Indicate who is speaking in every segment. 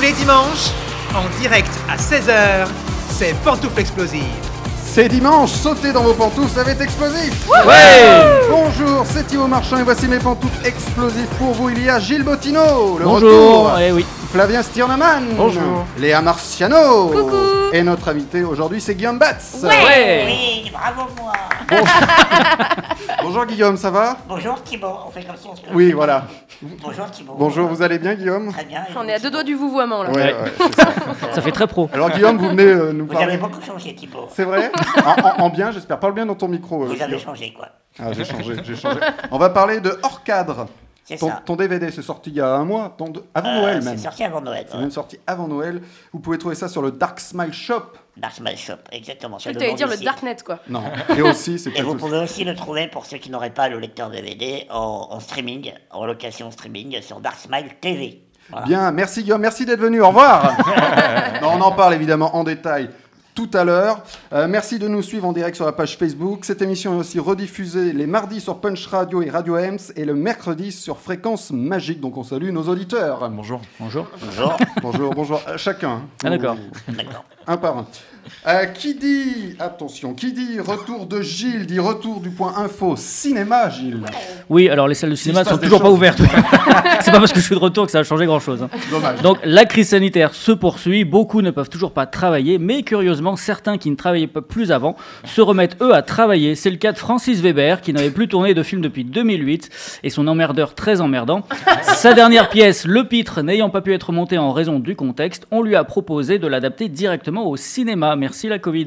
Speaker 1: les dimanches, en direct à 16h, c'est Pantoufle Explosive.
Speaker 2: C'est dimanche, sautez dans vos pantoufles, ça va être explosif Bonjour, c'est Thibaut Marchand et voici mes pantoufles explosives pour vous. Il y a Gilles Bottino, le retour,
Speaker 3: Bonjour, eh oui.
Speaker 2: Flavien Stirneman,
Speaker 3: Bonjour.
Speaker 2: Léa Marciano, et notre invité aujourd'hui c'est Guillaume Batz.
Speaker 3: Ouais.
Speaker 4: Oui, bravo moi.
Speaker 2: Bonjour Guillaume, ça va
Speaker 4: Bonjour Thibaut, on fait comme si on se connaissait.
Speaker 2: Oui, voilà.
Speaker 4: Bonjour Thibaut.
Speaker 2: Bonjour, vous allez bien Guillaume
Speaker 4: Très bien. et
Speaker 5: On
Speaker 4: vous,
Speaker 5: est à deux
Speaker 4: Thibaut
Speaker 5: doigts du vouvoiement là.
Speaker 2: Ouais, ouais, c'est ça.
Speaker 3: Ça fait très pro.
Speaker 2: Alors Guillaume, vous venez euh, nous
Speaker 4: Vous avez
Speaker 2: parler...
Speaker 4: beaucoup changé Thibaut.
Speaker 2: C'est vrai en, en- en bien, j'espère. Parle bien dans ton micro. euh,
Speaker 4: Vous avez
Speaker 2: Guillaume.
Speaker 4: changé quoi.
Speaker 2: Ah, j'ai changé, j'ai changé. On va parler de Hors Cadre.
Speaker 4: C'est
Speaker 2: Ton,
Speaker 4: ça.
Speaker 2: ton DVD, c'est sorti il y a un mois, ton de- avant
Speaker 4: Euh,
Speaker 2: Noël même.
Speaker 4: C'est sorti avant Noël. euh,
Speaker 2: C'est même sorti avant Noël. Vous pouvez trouver ça sur le Dark Smile Shop.
Speaker 4: Darkman Shop, exactement.
Speaker 5: Je
Speaker 4: c'est
Speaker 5: crois que t'allais
Speaker 4: nom du
Speaker 5: dire le
Speaker 4: site.
Speaker 5: Darknet quoi.
Speaker 2: Non. Et aussi, c'est
Speaker 4: Et
Speaker 2: pas
Speaker 4: vous
Speaker 2: tout.
Speaker 4: pouvez aussi le trouver pour ceux qui n'auraient pas le lecteur DVD en, en streaming, en location streaming sur Dark Smile TV. Voilà.
Speaker 2: Bien, merci Guillaume, merci d'être venu. Au revoir. non, on en parle évidemment en détail tout à l'heure. Euh, merci de nous suivre en direct sur la page Facebook. Cette émission est aussi rediffusée les mardis sur Punch Radio et Radio Ems et le mercredi sur Fréquence Magique. Donc on salue nos auditeurs.
Speaker 6: Bonjour.
Speaker 3: Bonjour.
Speaker 4: Bonjour.
Speaker 2: Bonjour, bonjour à chacun.
Speaker 3: Ah, d'accord.
Speaker 4: D'accord.
Speaker 2: Un par un. Euh, qui dit, attention, qui dit retour de Gilles, dit retour du point info cinéma, Gilles.
Speaker 3: Oui, alors les salles de
Speaker 2: Il
Speaker 3: cinéma ne
Speaker 2: se
Speaker 3: sont
Speaker 2: passe des
Speaker 3: toujours pas
Speaker 2: choses.
Speaker 3: ouvertes. C'est pas parce que je suis de retour que ça a changé grand chose.
Speaker 2: Dommage.
Speaker 3: Donc la crise sanitaire se poursuit, beaucoup ne peuvent toujours pas travailler, mais curieusement, certains qui ne travaillaient pas plus avant se remettent eux à travailler. C'est le cas de Francis Weber, qui n'avait plus tourné de film depuis 2008, et son emmerdeur très emmerdant. Sa dernière pièce, Le Pitre, n'ayant pas pu être montée en raison du contexte, on lui a proposé de l'adapter directement au cinéma. Merci la Covid.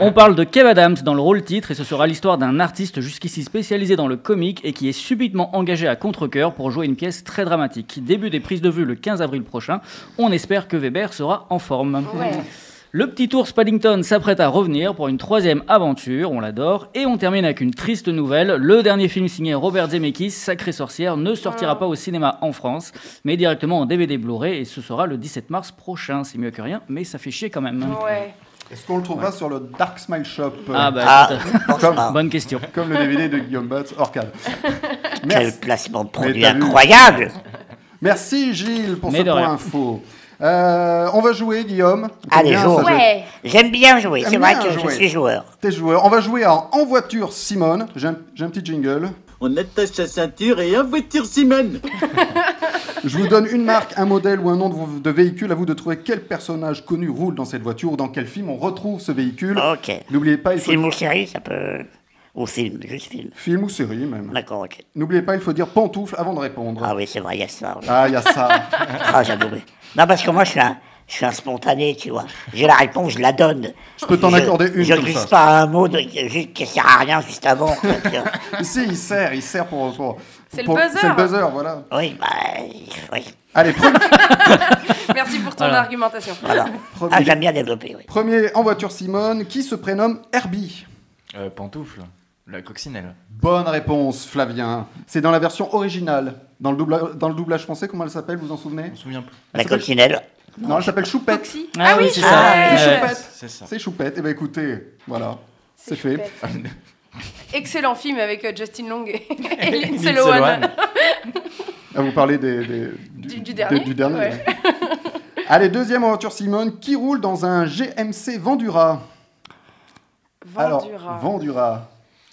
Speaker 3: On parle de Kev Adams dans le rôle titre et ce sera l'histoire d'un artiste jusqu'ici spécialisé dans le comique et qui est subitement engagé à contre-coeur pour jouer une pièce très dramatique. Début des prises de vue le 15 avril prochain. On espère que Weber sera en forme. Le petit ours Paddington s'apprête à revenir pour une troisième aventure, on l'adore, et on termine avec une triste nouvelle, le dernier film signé Robert Zemeckis, Sacrée Sorcière, ne sortira pas au cinéma en France, mais directement en DVD Blu-ray, et ce sera le 17 mars prochain, c'est mieux que rien, mais ça fait chier quand même.
Speaker 5: Ouais.
Speaker 2: Est-ce qu'on le trouvera sur le Dark Smile Shop euh,
Speaker 3: Ah bah
Speaker 4: Ah,
Speaker 3: écoute,
Speaker 4: je pense
Speaker 2: Comme-
Speaker 4: pas.
Speaker 3: bonne question.
Speaker 2: Comme le DVD de Guillaume Batz, hors cadre.
Speaker 4: Quel
Speaker 2: Merci,
Speaker 4: placement de
Speaker 2: Mais
Speaker 4: produit
Speaker 2: t'as vu.
Speaker 4: incroyable
Speaker 2: merci, Gilles pour
Speaker 3: Mais
Speaker 2: ce
Speaker 3: de
Speaker 2: point
Speaker 3: rien.
Speaker 2: info. Euh, on va jouer, Guillaume.
Speaker 4: Allez,
Speaker 2: Bien,
Speaker 4: joue.
Speaker 2: ça, je-
Speaker 5: Ouais.
Speaker 4: J'aime bien jouer, c'est
Speaker 2: J'aime
Speaker 4: vrai
Speaker 2: bien
Speaker 4: que
Speaker 2: jouer.
Speaker 4: je suis joueur.
Speaker 2: T'es joueur. On va jouer à En voiture, Simone. J'ai un, j'ai un petit jingle.
Speaker 7: On attache sa ceinture et en voiture Simone.
Speaker 8: Eh
Speaker 2: Je vous donne une marque, un modèle ou un nom de, de véhicule. À vous de trouver quel personnage connu roule dans cette voiture ou dans quel film on retrouve ce véhicule.
Speaker 4: Ok.
Speaker 2: N'oubliez pas, il faut...
Speaker 4: Film ou série, ça peut. Ou film, juste film.
Speaker 2: Film ou série, même.
Speaker 4: D'accord, ok.
Speaker 2: N'oubliez pas, il faut dire pantoufle avant de répondre.
Speaker 4: Ah oui, c'est vrai, il y a ça. oui.
Speaker 2: Ah, il y a ça.
Speaker 4: Ah, j'adore. Non, parce que moi, je suis un, je suis un spontané, tu vois. J'ai la réponse, je la donne. Je
Speaker 2: peux t'en accorder une
Speaker 4: Je
Speaker 2: comme
Speaker 4: glisse
Speaker 2: ça.
Speaker 4: pas un mot de, juste, qui sert à rien juste avant.
Speaker 2: Ici, il sert, il sert pour... pour-
Speaker 5: C'est le
Speaker 2: pour-
Speaker 5: buzzer.
Speaker 2: C'est le buzzer, voilà.
Speaker 4: oui, bah. Oui,
Speaker 2: Allez, pre-
Speaker 4: Ah,
Speaker 5: Merci pour ton
Speaker 3: Voilà.
Speaker 5: argumentation.
Speaker 4: voilà.
Speaker 2: Premier-
Speaker 4: Ah, j'aime bien développer, oui.
Speaker 2: premier en voiture Simone, qui se prénomme Herbie
Speaker 6: Euh, pantoufle. La coccinelle.
Speaker 2: Bonne réponse, Flavien. C'est dans la version originale. Dans le, doubla- dans le doublage français, comment elle s'appelle, vous vous en souvenez
Speaker 6: Je me souviens plus.
Speaker 4: La
Speaker 2: s'appelle-
Speaker 4: coccinelle.
Speaker 2: Non, elle s'appelle Choupette.
Speaker 5: Foxy.
Speaker 3: Ah oui, c'est ça.
Speaker 5: ouais.
Speaker 2: C'est
Speaker 3: Ouais.
Speaker 2: Choupette.
Speaker 6: C'est ça.
Speaker 2: C'est Choupette. Eh bien, écoutez, voilà. C'est fait.
Speaker 5: Choupette. Excellent film avec euh, Justin Long et et
Speaker 6: Lindsay
Speaker 5: Lindsay Lohan.
Speaker 6: Lohan.
Speaker 2: Ah, vous parlez des, des-
Speaker 5: Du- du dernier.
Speaker 2: du dernier,
Speaker 5: Ouais.
Speaker 2: ouais. Allez, deuxième en voiture Simone, qui roule dans un GMC Vendura
Speaker 5: Vendura.
Speaker 2: Alors, Vendura.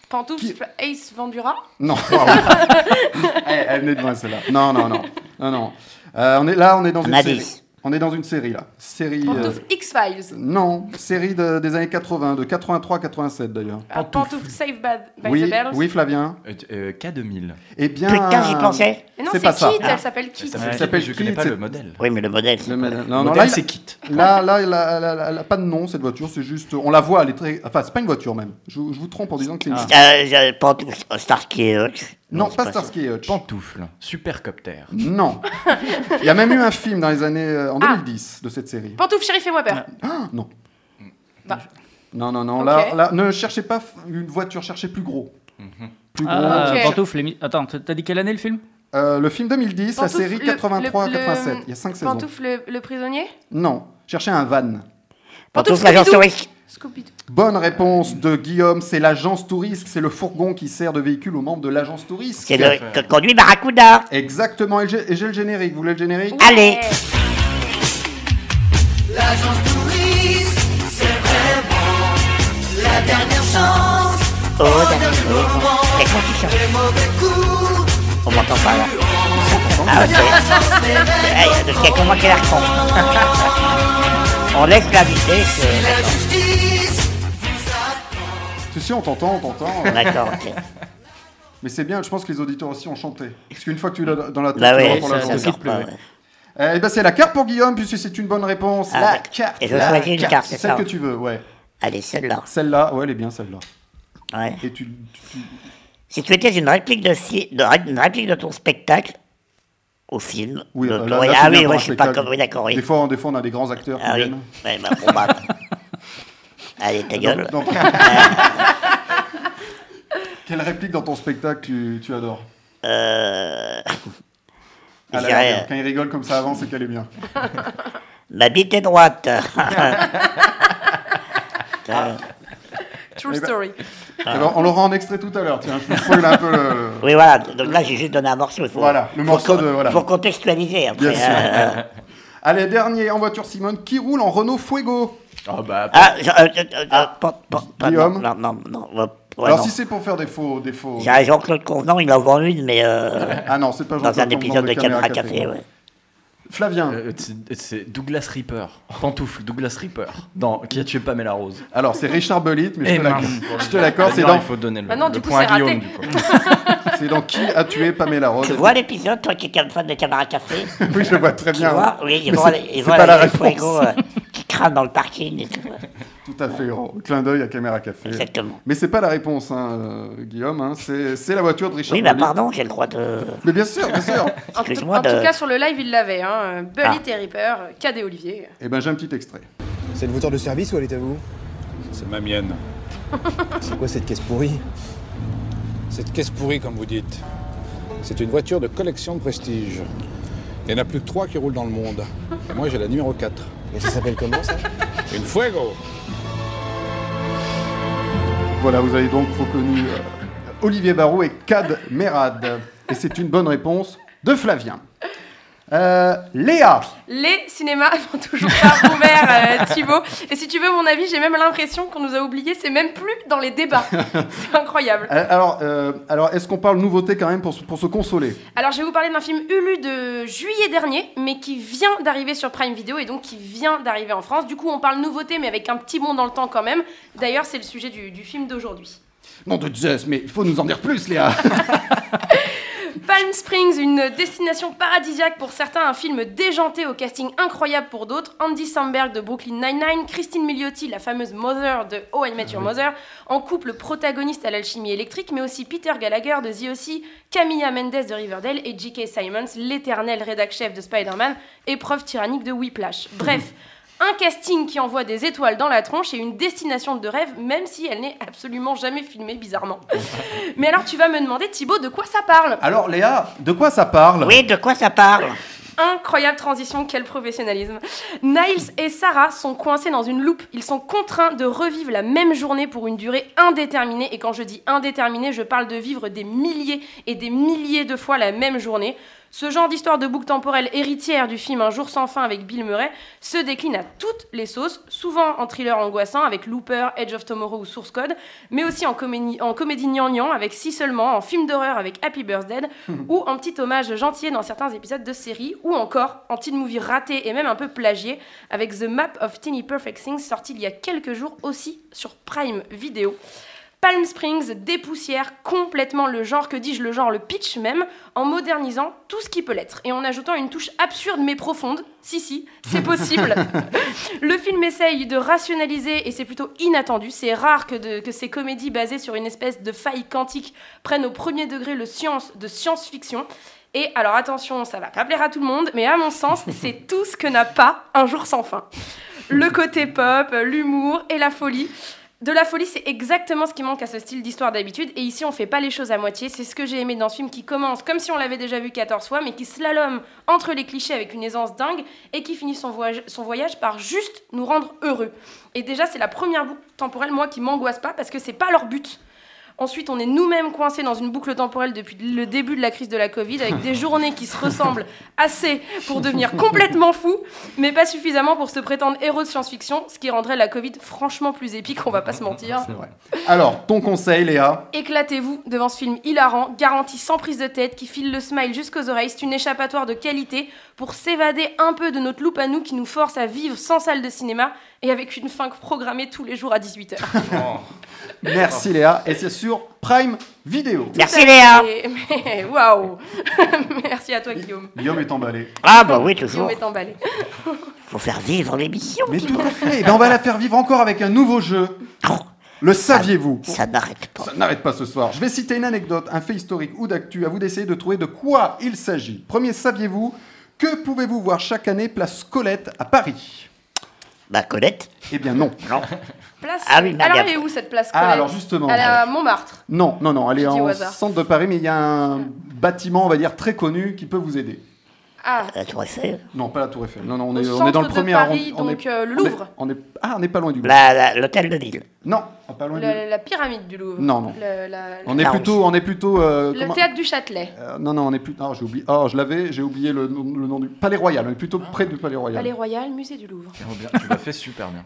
Speaker 5: Pantoufle Ace Vendura.
Speaker 2: Non. Eh, elle, elle venait de loin celle-là. Non, non, non, non, non. Euh, on est là, on est dans
Speaker 4: Un
Speaker 2: une
Speaker 4: indice.
Speaker 2: série. On est dans une série là. Série. euh,
Speaker 5: Pantoufle X-Files.
Speaker 2: Non, série de- des années 80, de 83-87 d'ailleurs.
Speaker 5: Ah, Pantoufle Save Bad by the
Speaker 2: Oui,
Speaker 5: Bells.
Speaker 2: oui, Flavien.
Speaker 6: Euh, euh, K2000.
Speaker 2: Eh bien.
Speaker 4: Putain, j'y pensais.
Speaker 5: Mais non,
Speaker 2: c'est
Speaker 5: c'est
Speaker 2: pas ça.
Speaker 5: Kit,
Speaker 2: Ah.
Speaker 5: elle s'appelle Kit.
Speaker 2: Ouais.
Speaker 6: Ça
Speaker 2: s'appelle
Speaker 6: s'appelle. Je connais
Speaker 2: Kit,
Speaker 6: pas
Speaker 2: c'est-
Speaker 6: le modèle.
Speaker 4: Oui, mais le modèle, c'est.
Speaker 2: Le
Speaker 4: pas-
Speaker 2: modèle-
Speaker 6: Le
Speaker 2: Non, non, là,
Speaker 6: modèle,
Speaker 2: il-
Speaker 6: c'est Kit.
Speaker 2: là, là, elle a- elle a- elle a pas de nom cette voiture, c'est juste, on la voit, elle est très, enfin, c'est pas une voiture même. Je, vous- je vous trompe en disant que c'est une.
Speaker 3: Ah.
Speaker 4: Euh, je- Pantoufle, euh, Starsky et Hutch.
Speaker 2: Non,
Speaker 4: c'est
Speaker 2: pas Starsky et Hutch.
Speaker 6: Pantoufle. Supercopter.
Speaker 2: Non. Il y a même eu un film dans les années, euh, en
Speaker 5: Ah.
Speaker 2: 2010 de cette série.
Speaker 5: Pantoufle Shérif et moi peur.
Speaker 2: Non.
Speaker 5: Bah.
Speaker 2: Non, non, non.
Speaker 5: Ok.
Speaker 2: Là, là, ne cherchez pas f- une voiture, cherchez plus gros. Plus gros.
Speaker 3: Ah,
Speaker 5: Ok.
Speaker 3: Pantoufle, les mi- Attends, t- t'as dit quelle année le film
Speaker 2: Euh, le film 2010, la
Speaker 5: Pantoufle,
Speaker 2: série
Speaker 5: le-
Speaker 2: 83-87.
Speaker 5: le- le-
Speaker 2: Il y a 5 saisons.
Speaker 5: Pantoufle le, le prisonnier.
Speaker 2: Non. Cherchez un van.
Speaker 4: Pantoufle,
Speaker 5: Scooby-Doo.
Speaker 4: l'agence touriste.
Speaker 5: Scooby-Doo.
Speaker 2: Bonne réponse de Guillaume. C'est l'agence touriste. C'est le fourgon qui sert de véhicule aux membres de l'agence touriste.
Speaker 4: C'est le que conduit Barracuda.
Speaker 2: Exactement. Et j'ai et j'ai le générique. Vous voulez le générique
Speaker 5: Ouais.
Speaker 4: Allez.
Speaker 8: L'agence touriste, c'est vraiment la dernière chance.
Speaker 4: Oh, dernier moment. Et quand tu chantes,
Speaker 8: Les mauvais coups,
Speaker 4: on m'entend pas là. Ah, ok.
Speaker 8: la chance les
Speaker 4: Ah, il y a de- quelqu'un moi qui la reprend. On laisse l'invité.
Speaker 8: la
Speaker 4: que-
Speaker 8: justice.
Speaker 2: Si, si, on t'entend, on t'entend. euh,
Speaker 4: D'accord, ok. Bah
Speaker 2: Mais c'est bien, je pense que les auditeurs aussi ont chanté. Parce qu'une fois que tu l'as dans la tête,
Speaker 4: Bah
Speaker 2: tu l'auras
Speaker 4: ouais,
Speaker 2: pour
Speaker 4: ça,
Speaker 2: la
Speaker 4: ça
Speaker 2: journée.
Speaker 4: sort pas. ouais.
Speaker 2: Eh ben, c'est la carte pour Guillaume, puisque c'est une bonne réponse.
Speaker 4: Ah,
Speaker 2: la
Speaker 4: d'accord.
Speaker 2: carte.
Speaker 4: Et je
Speaker 2: la
Speaker 4: choisis une carte, c'est
Speaker 2: Celle
Speaker 4: ça.
Speaker 2: que tu veux, ouais.
Speaker 4: Allez, celle-là.
Speaker 2: Celle-là, ouais, elle est bien celle-là.
Speaker 4: Ouais.
Speaker 2: Et tu, tu- tu-
Speaker 4: Si tu étais une réplique de, ci- de ré- une réplique de ton spectacle au film,
Speaker 2: Oui,
Speaker 4: de
Speaker 2: là,
Speaker 4: ton-
Speaker 2: là, là,
Speaker 4: ah
Speaker 2: c'est bien
Speaker 4: oui,
Speaker 2: pour
Speaker 4: ouais,
Speaker 2: un
Speaker 4: je suis pas
Speaker 2: spectacle.
Speaker 4: comme oui, d'accord, oui.
Speaker 2: Des, fois, des fois, on a des grands acteurs
Speaker 4: Ah
Speaker 2: qui
Speaker 4: oui,
Speaker 2: viennent.
Speaker 4: ouais, bah, bon, bah, Allez, ta gueule.
Speaker 2: Donc- donc- Quelle réplique dans ton spectacle tu, tu adores
Speaker 4: Euh...
Speaker 2: Ah,
Speaker 4: je
Speaker 2: la
Speaker 4: dirais,
Speaker 2: dernière. Quand il rigole comme ça avant, c'est qu'elle est bien.
Speaker 4: ma bite est droite. Ah,
Speaker 5: True
Speaker 2: Eh ben-
Speaker 5: story.
Speaker 4: Ah.
Speaker 2: Alors, on l'aura en extrait tout à l'heure. Tiens, je vous spoil un peu le-
Speaker 4: oui, voilà, donc là, j'ai juste donné un morceau. Faut,
Speaker 2: Voilà, le
Speaker 4: faut
Speaker 2: morceau
Speaker 4: con-
Speaker 2: de- voilà.
Speaker 4: Faut contextualiser après.
Speaker 2: Bien sûr.
Speaker 4: euh, euh,
Speaker 2: Allez, dernier en voiture, Simone. Qui roule en Renault Fuego
Speaker 6: Oh bah,
Speaker 4: Ah, je- euh, euh, euh, pan- pan- pan-
Speaker 2: Guillaume
Speaker 4: Non, non, non. non, euh, ouais,
Speaker 2: Alors,
Speaker 4: non.
Speaker 2: si c'est pour faire des faux. Des faux...
Speaker 4: J'ai un Jean-Claude Convenant, il en vend une, mais euh,
Speaker 2: Ah non, c'est pas
Speaker 4: dans
Speaker 2: Jean-Claude
Speaker 4: un
Speaker 2: Van Damme
Speaker 4: épisode de Caméra Café, ouais.
Speaker 2: Flavien,
Speaker 6: euh, c'est- c'est Douglas Reaper. Pantoufle, Douglas Reaper. Dans Qui a tué Pamela Rose.
Speaker 2: alors c'est Richard Bellit, mais je
Speaker 6: Eh
Speaker 2: te l'accorde.
Speaker 6: mince. Ah,
Speaker 2: Je te l'accorde, c'est
Speaker 6: Non,
Speaker 2: dans,
Speaker 6: Il faut donner le,
Speaker 5: Bah non,
Speaker 6: le
Speaker 5: du coup,
Speaker 6: point à
Speaker 5: c'est raté.
Speaker 6: Guillaume. Du coup.
Speaker 2: c'est dans Qui a tué Pamela Rose
Speaker 4: Tu vois l'épisode, toi qui es fan de Caméra Café
Speaker 2: Oui, je le vois très
Speaker 4: Tu
Speaker 2: bien.
Speaker 4: vois Oui, ils
Speaker 2: Mais
Speaker 4: vont
Speaker 2: c'est-
Speaker 4: ils
Speaker 2: c'est
Speaker 4: vont
Speaker 2: pas la
Speaker 4: aller
Speaker 2: réponse.
Speaker 4: Fuego euh, qui crame dans le parking et tout. ouais.
Speaker 2: Tout à fait, gros. Clin d'œil à Caméra Café.
Speaker 4: Exactement.
Speaker 2: Mais c'est pas la réponse, hein, euh, Guillaume. hein. C'est c'est la voiture de Richard
Speaker 4: Oui, bah
Speaker 2: Bellit.
Speaker 4: pardon, j'ai le droit de.
Speaker 2: Mais bien sûr, bien sûr.
Speaker 5: En, tout,
Speaker 4: Excuse-moi
Speaker 5: en tout
Speaker 4: de-
Speaker 5: cas, sur le live, il l'avait. Hein. Bully,
Speaker 4: Ah.
Speaker 5: Terry Reaper, Cad et Olivier.
Speaker 2: Eh ben, j'ai un petit extrait.
Speaker 9: Cette voiture de service, où elle est à vous
Speaker 10: C'est ma mienne.
Speaker 9: C'est quoi cette caisse pourrie
Speaker 10: Cette caisse pourrie, comme vous dites, c'est une voiture de collection de prestige. Il n'y en a plus que trois qui roulent dans le monde. Et moi, j'ai la numéro 4.
Speaker 9: Et ça s'appelle comment ça
Speaker 10: Une fuego
Speaker 2: Voilà, vous avez donc reconnu euh, Olivier Barou et Cad Merad. Et c'est une bonne réponse de Flavien. Euh, Léa,
Speaker 5: Les cinémas n'ont toujours pas rouvert, euh, Thibaut. Et si tu veux mon avis, j'ai même l'impression qu'on nous a oubliés. C'est même plus dans les débats. C'est incroyable.
Speaker 2: Euh, alors, euh, alors est-ce qu'on parle nouveauté quand même pour, se- pour se consoler
Speaker 5: Alors, je vais vous parler d'un film Hulu de juillet dernier, mais qui vient d'arriver sur Prime Video et donc qui vient d'arriver en France. Du coup, on parle nouveauté, mais avec un petit bond dans le temps quand même. D'ailleurs, c'est le sujet du, du film d'aujourd'hui.
Speaker 2: Non de Zeus, mais il faut nous en dire plus, Léa
Speaker 5: Palm Springs, une destination paradisiaque pour certains, un film déjanté au casting incroyable pour d'autres. Andy Samberg de Brooklyn Nine-Nine, Christine Milioti, la fameuse Mother de Oh I Met Your Mother, en couple protagoniste à l'alchimie électrique, mais aussi Peter Gallagher de The O.C., Camilla Mendes de Riverdale et J.K. Simons, l'éternel rédac chef de Spider-Man, épreuve tyrannique de Whiplash. Bref. Un casting qui envoie des étoiles dans la tronche et une destination de rêve, même si elle n'est absolument jamais filmée bizarrement. Mais alors tu vas me demander, Thibaut, de quoi ça parle
Speaker 2: Alors, Léa, de quoi ça parle
Speaker 4: Oui, de quoi ça parle
Speaker 5: Incroyable transition, quel professionnalisme. Niles et Sarah sont coincés dans une loupe. Ils sont contraints de revivre la même journée pour une durée indéterminée. Et quand je dis indéterminée, je parle de vivre des milliers et des milliers de fois la même journée. Ce genre d'histoire de boucle temporelle héritière du film Un jour sans fin avec Bill Murray se décline à toutes les sauces, souvent en thriller angoissant avec Looper, Edge of Tomorrow ou Source Code, mais aussi en comédie, en comédie gnangnan avec Si seulement, en film d'horreur avec Happy Birthday, ou en petit hommage gentil dans certains épisodes de séries, ou encore en teen movie raté et même un peu plagié avec The Map of Teeny Perfect Things sorti il y a quelques jours aussi sur Prime Video. Palm Springs dépoussière complètement le genre, que dis-je, le genre, le pitch même, en modernisant tout ce qui peut l'être et en ajoutant une touche absurde mais profonde. Si, si, c'est possible. le film essaye de rationaliser et c'est plutôt inattendu. C'est rare que, de- que ces comédies basées sur une espèce de faille quantique prennent au premier degré le science de science-fiction. Et alors attention, ça va pas plaire à tout le monde, mais à mon sens, c'est tout ce que n'a pas un jour sans fin. Le côté pop, l'humour et la folie. De la folie, c'est exactement ce qui manque à ce style d'histoire d'habitude. Et ici, on fait pas les choses à moitié. C'est ce que j'ai aimé dans ce film qui commence comme si on l'avait déjà vu 14 fois, mais qui slalome entre les clichés avec une aisance dingue et qui finit son voyage, son voyage par juste nous rendre heureux. Et déjà, c'est la première boucle temporelle, moi, qui m'angoisse pas parce que c'est pas leur but. Ensuite, on est nous-mêmes coincés dans une boucle temporelle depuis le début de la crise de la Covid, avec des journées qui se ressemblent assez pour devenir complètement fou, mais pas suffisamment pour se prétendre héros de science-fiction, ce qui rendrait la Covid franchement plus épique, on va pas se mentir.
Speaker 2: Alors, ton conseil, Léa
Speaker 5: Éclatez-vous devant ce film hilarant, garanti sans prise de tête, qui file le smile jusqu'aux oreilles. C'est une échappatoire de qualité pour s'évader un peu de notre loupe à nous qui nous force à vivre sans salle de cinéma et avec une fin programmée tous les jours à 18h.
Speaker 2: Merci, Léa. Et c'est sur Prime Vidéo.
Speaker 5: Mais waouh Merci à toi, Guillaume.
Speaker 2: Guillaume est emballé.
Speaker 4: Ah, bah oui,
Speaker 5: Guillaume
Speaker 4: toujours.
Speaker 5: est emballé.
Speaker 4: Faut faire vivre l'émission.
Speaker 2: Mais tout à fait. Eh ben, on va la faire vivre encore avec un nouveau jeu. Le saviez-vous
Speaker 4: Oh, Ça n'arrête pas.
Speaker 2: Ça n'arrête pas ce soir. Je vais citer une anecdote, un fait historique ou d'actu. À vous d'essayer de trouver de quoi il s'agit. Premier, saviez-vous que pouvez-vous voir chaque année place Colette à Paris
Speaker 4: Bah Colette
Speaker 2: Eh bien non.
Speaker 4: Non.
Speaker 5: Place...
Speaker 4: Ah oui,
Speaker 5: alors,
Speaker 4: Margaret.
Speaker 5: elle est où cette place
Speaker 2: Ah,
Speaker 5: Colette
Speaker 2: alors, justement.
Speaker 5: Elle est à Montmartre.
Speaker 2: Non, non, non. Elle est
Speaker 5: Je dis au
Speaker 2: en
Speaker 5: hasard.
Speaker 2: centre de Paris, mais il y a un bâtiment, on va dire, très connu qui peut vous aider. Euh,
Speaker 5: Ah,
Speaker 4: La Tour Eiffel
Speaker 2: Non, pas la Tour Eiffel. Non, non, on
Speaker 5: Au
Speaker 2: est, on
Speaker 5: centre
Speaker 2: est dans le
Speaker 5: de
Speaker 2: premier
Speaker 5: Paris,
Speaker 2: arrondi- on est-
Speaker 5: donc, euh, le
Speaker 2: on est-
Speaker 5: Louvre.
Speaker 2: on est- ah, on n'est pas loin du Louvre.
Speaker 4: La- Bah, la- L'hôtel de ville.
Speaker 2: Non, on est pas loin du
Speaker 5: le- la pyramide du Louvre.
Speaker 2: Non, non.
Speaker 5: Le, la-
Speaker 2: On est
Speaker 4: la
Speaker 2: plutôt, on est plutôt. euh,
Speaker 5: le
Speaker 2: comment-
Speaker 5: théâtre du Châtelet.
Speaker 2: Euh, non, non, on est plutôt. Oh, j'ai oublié. Oh, je l'avais, j'ai oublié le, nom- le nom du Palais Royal. On est plutôt près du Palais Royal.
Speaker 5: Palais Royal, musée du Louvre.
Speaker 6: Oh, bien, Tu l'as fait super bien.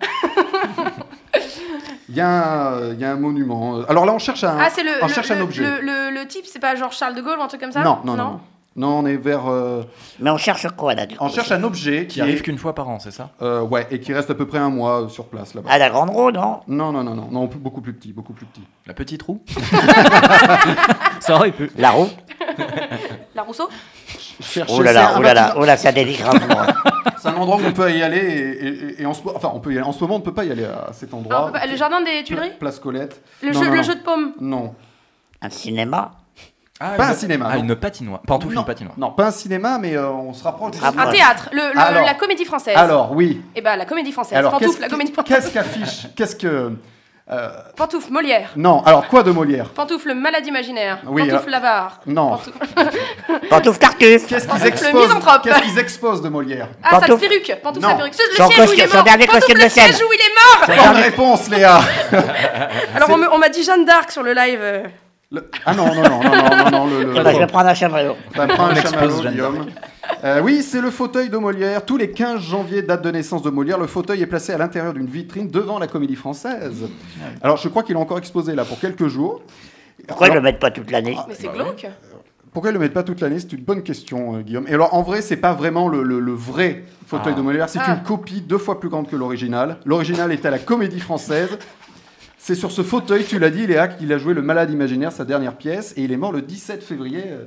Speaker 2: Il y, a un, euh, il y a un monument. Alors là, on cherche un.
Speaker 5: Ah, c'est le,
Speaker 2: on
Speaker 5: le-
Speaker 2: cherche
Speaker 5: le,
Speaker 2: un objet.
Speaker 5: le- le- le type, c'est pas genre Charles de Gaulle ou un truc comme ça
Speaker 2: Non, non, non, non. Non, on est vers. euh,
Speaker 4: Mais on cherche quoi là du
Speaker 2: on
Speaker 4: coup
Speaker 2: cherche un objet qui
Speaker 6: Qui arrive
Speaker 2: est-
Speaker 6: qu'une fois par an, c'est ça
Speaker 2: euh, ouais, et qui reste à peu près un mois euh, sur place là-bas.
Speaker 4: Ah, la Grande Roue, non
Speaker 2: Non, non, non, non, non, beaucoup plus petit, beaucoup plus petit.
Speaker 6: La petite roue
Speaker 3: Ça aurait pu.
Speaker 4: La roue
Speaker 5: La Rousseau
Speaker 2: Chercher.
Speaker 4: Oh là
Speaker 2: c'est
Speaker 4: là,
Speaker 2: un
Speaker 4: oh là là,
Speaker 2: bâtiment-
Speaker 4: oh là, ça dévie gravement. hein.
Speaker 2: C'est un endroit où on peut y aller et, et- et- et en ce enfin, on peut y aller. En ce moment, on ne peut pas y aller à cet
Speaker 5: Ah, on
Speaker 2: endroit.
Speaker 5: peut pas- Le jardin des Tuileries
Speaker 2: Place Colette.
Speaker 5: le,
Speaker 2: Non,
Speaker 5: jeu,
Speaker 2: non,
Speaker 5: le
Speaker 2: non.
Speaker 5: jeu de pommes
Speaker 2: Non.
Speaker 4: Un cinéma
Speaker 6: ah,
Speaker 2: Pas
Speaker 6: une-
Speaker 2: un cinéma,
Speaker 6: Ah,
Speaker 2: non.
Speaker 6: une patinoire. Pantoufle,
Speaker 2: non,
Speaker 6: une patinoire.
Speaker 2: non, pas un cinéma, mais euh, on se rapproche. du
Speaker 4: Ah,
Speaker 2: cinéma.
Speaker 5: Un théâtre le, le-
Speaker 2: Alors.
Speaker 5: La comédie française
Speaker 2: Alors, oui.
Speaker 5: Eh ben, la comédie française.
Speaker 2: Alors,
Speaker 5: Pantoufle,
Speaker 2: qu'est-ce
Speaker 5: la comédie
Speaker 2: qui-
Speaker 5: française.
Speaker 2: qu'est-ce qu'affiche Qu'est-ce que. euh,
Speaker 5: Pantoufle, Molière.
Speaker 2: non, alors quoi de Molière
Speaker 5: Pantoufle, malade imaginaire.
Speaker 2: Oui,
Speaker 5: Pantoufle,
Speaker 2: euh,
Speaker 5: lavare.
Speaker 2: Non.
Speaker 5: Pantoufle,
Speaker 4: Pantoufle Tartuffe
Speaker 2: Qu'est-ce
Speaker 5: Pantoufle
Speaker 2: qu'ils exposent
Speaker 5: misanthrope.
Speaker 2: Qu'est-ce qu'ils exposent de Molière
Speaker 5: ah, sa
Speaker 4: Pantoufle-
Speaker 5: perruque. Pantoufle,
Speaker 2: Non.
Speaker 5: sa perruque. Ce- Le
Speaker 4: Son
Speaker 5: siège où il
Speaker 4: costume-
Speaker 5: est
Speaker 4: son
Speaker 5: mort.
Speaker 4: dernier
Speaker 5: Pantoufle,
Speaker 4: costume de
Speaker 5: le
Speaker 4: scène.
Speaker 5: siège où il est mort.
Speaker 2: Bonne réponse, Léa
Speaker 5: Alors, on me- on m'a dit Jeanne d'Arc sur le live. euh.
Speaker 2: Le- Ah non, non, non, non, non, non, non, le. le-
Speaker 4: Eh ben, Je vais prendre un chamallow.
Speaker 2: T'as pas un
Speaker 6: On expose
Speaker 2: chamallow,
Speaker 6: Jeanne
Speaker 2: Guillaume. Euh, oui, c'est le fauteuil de Molière. Tous les 15 janvier, date de naissance de Molière, le fauteuil est placé à l'intérieur d'une vitrine devant la comédie française. Alors, je crois qu'il est encore exposé là pour quelques jours.
Speaker 4: Pourquoi ils
Speaker 2: Alors,
Speaker 4: le mettent pas toute l'année
Speaker 5: Mais
Speaker 6: Bah
Speaker 5: c'est glauque.
Speaker 2: Pourquoi ils le mettent pas toute l'année C'est une bonne question, euh, Guillaume. Et alors, en vrai, c'est pas vraiment le, le- le vrai fauteuil
Speaker 6: Ah.
Speaker 2: de Molière. C'est
Speaker 5: Ah.
Speaker 2: une copie deux fois plus grande que l'original. L'original est à la Comédie Française. C'est sur ce fauteuil, tu l'as dit, Léa, qu'il a joué le Malade Imaginaire, sa dernière pièce, et il est mort le 17 février. euh,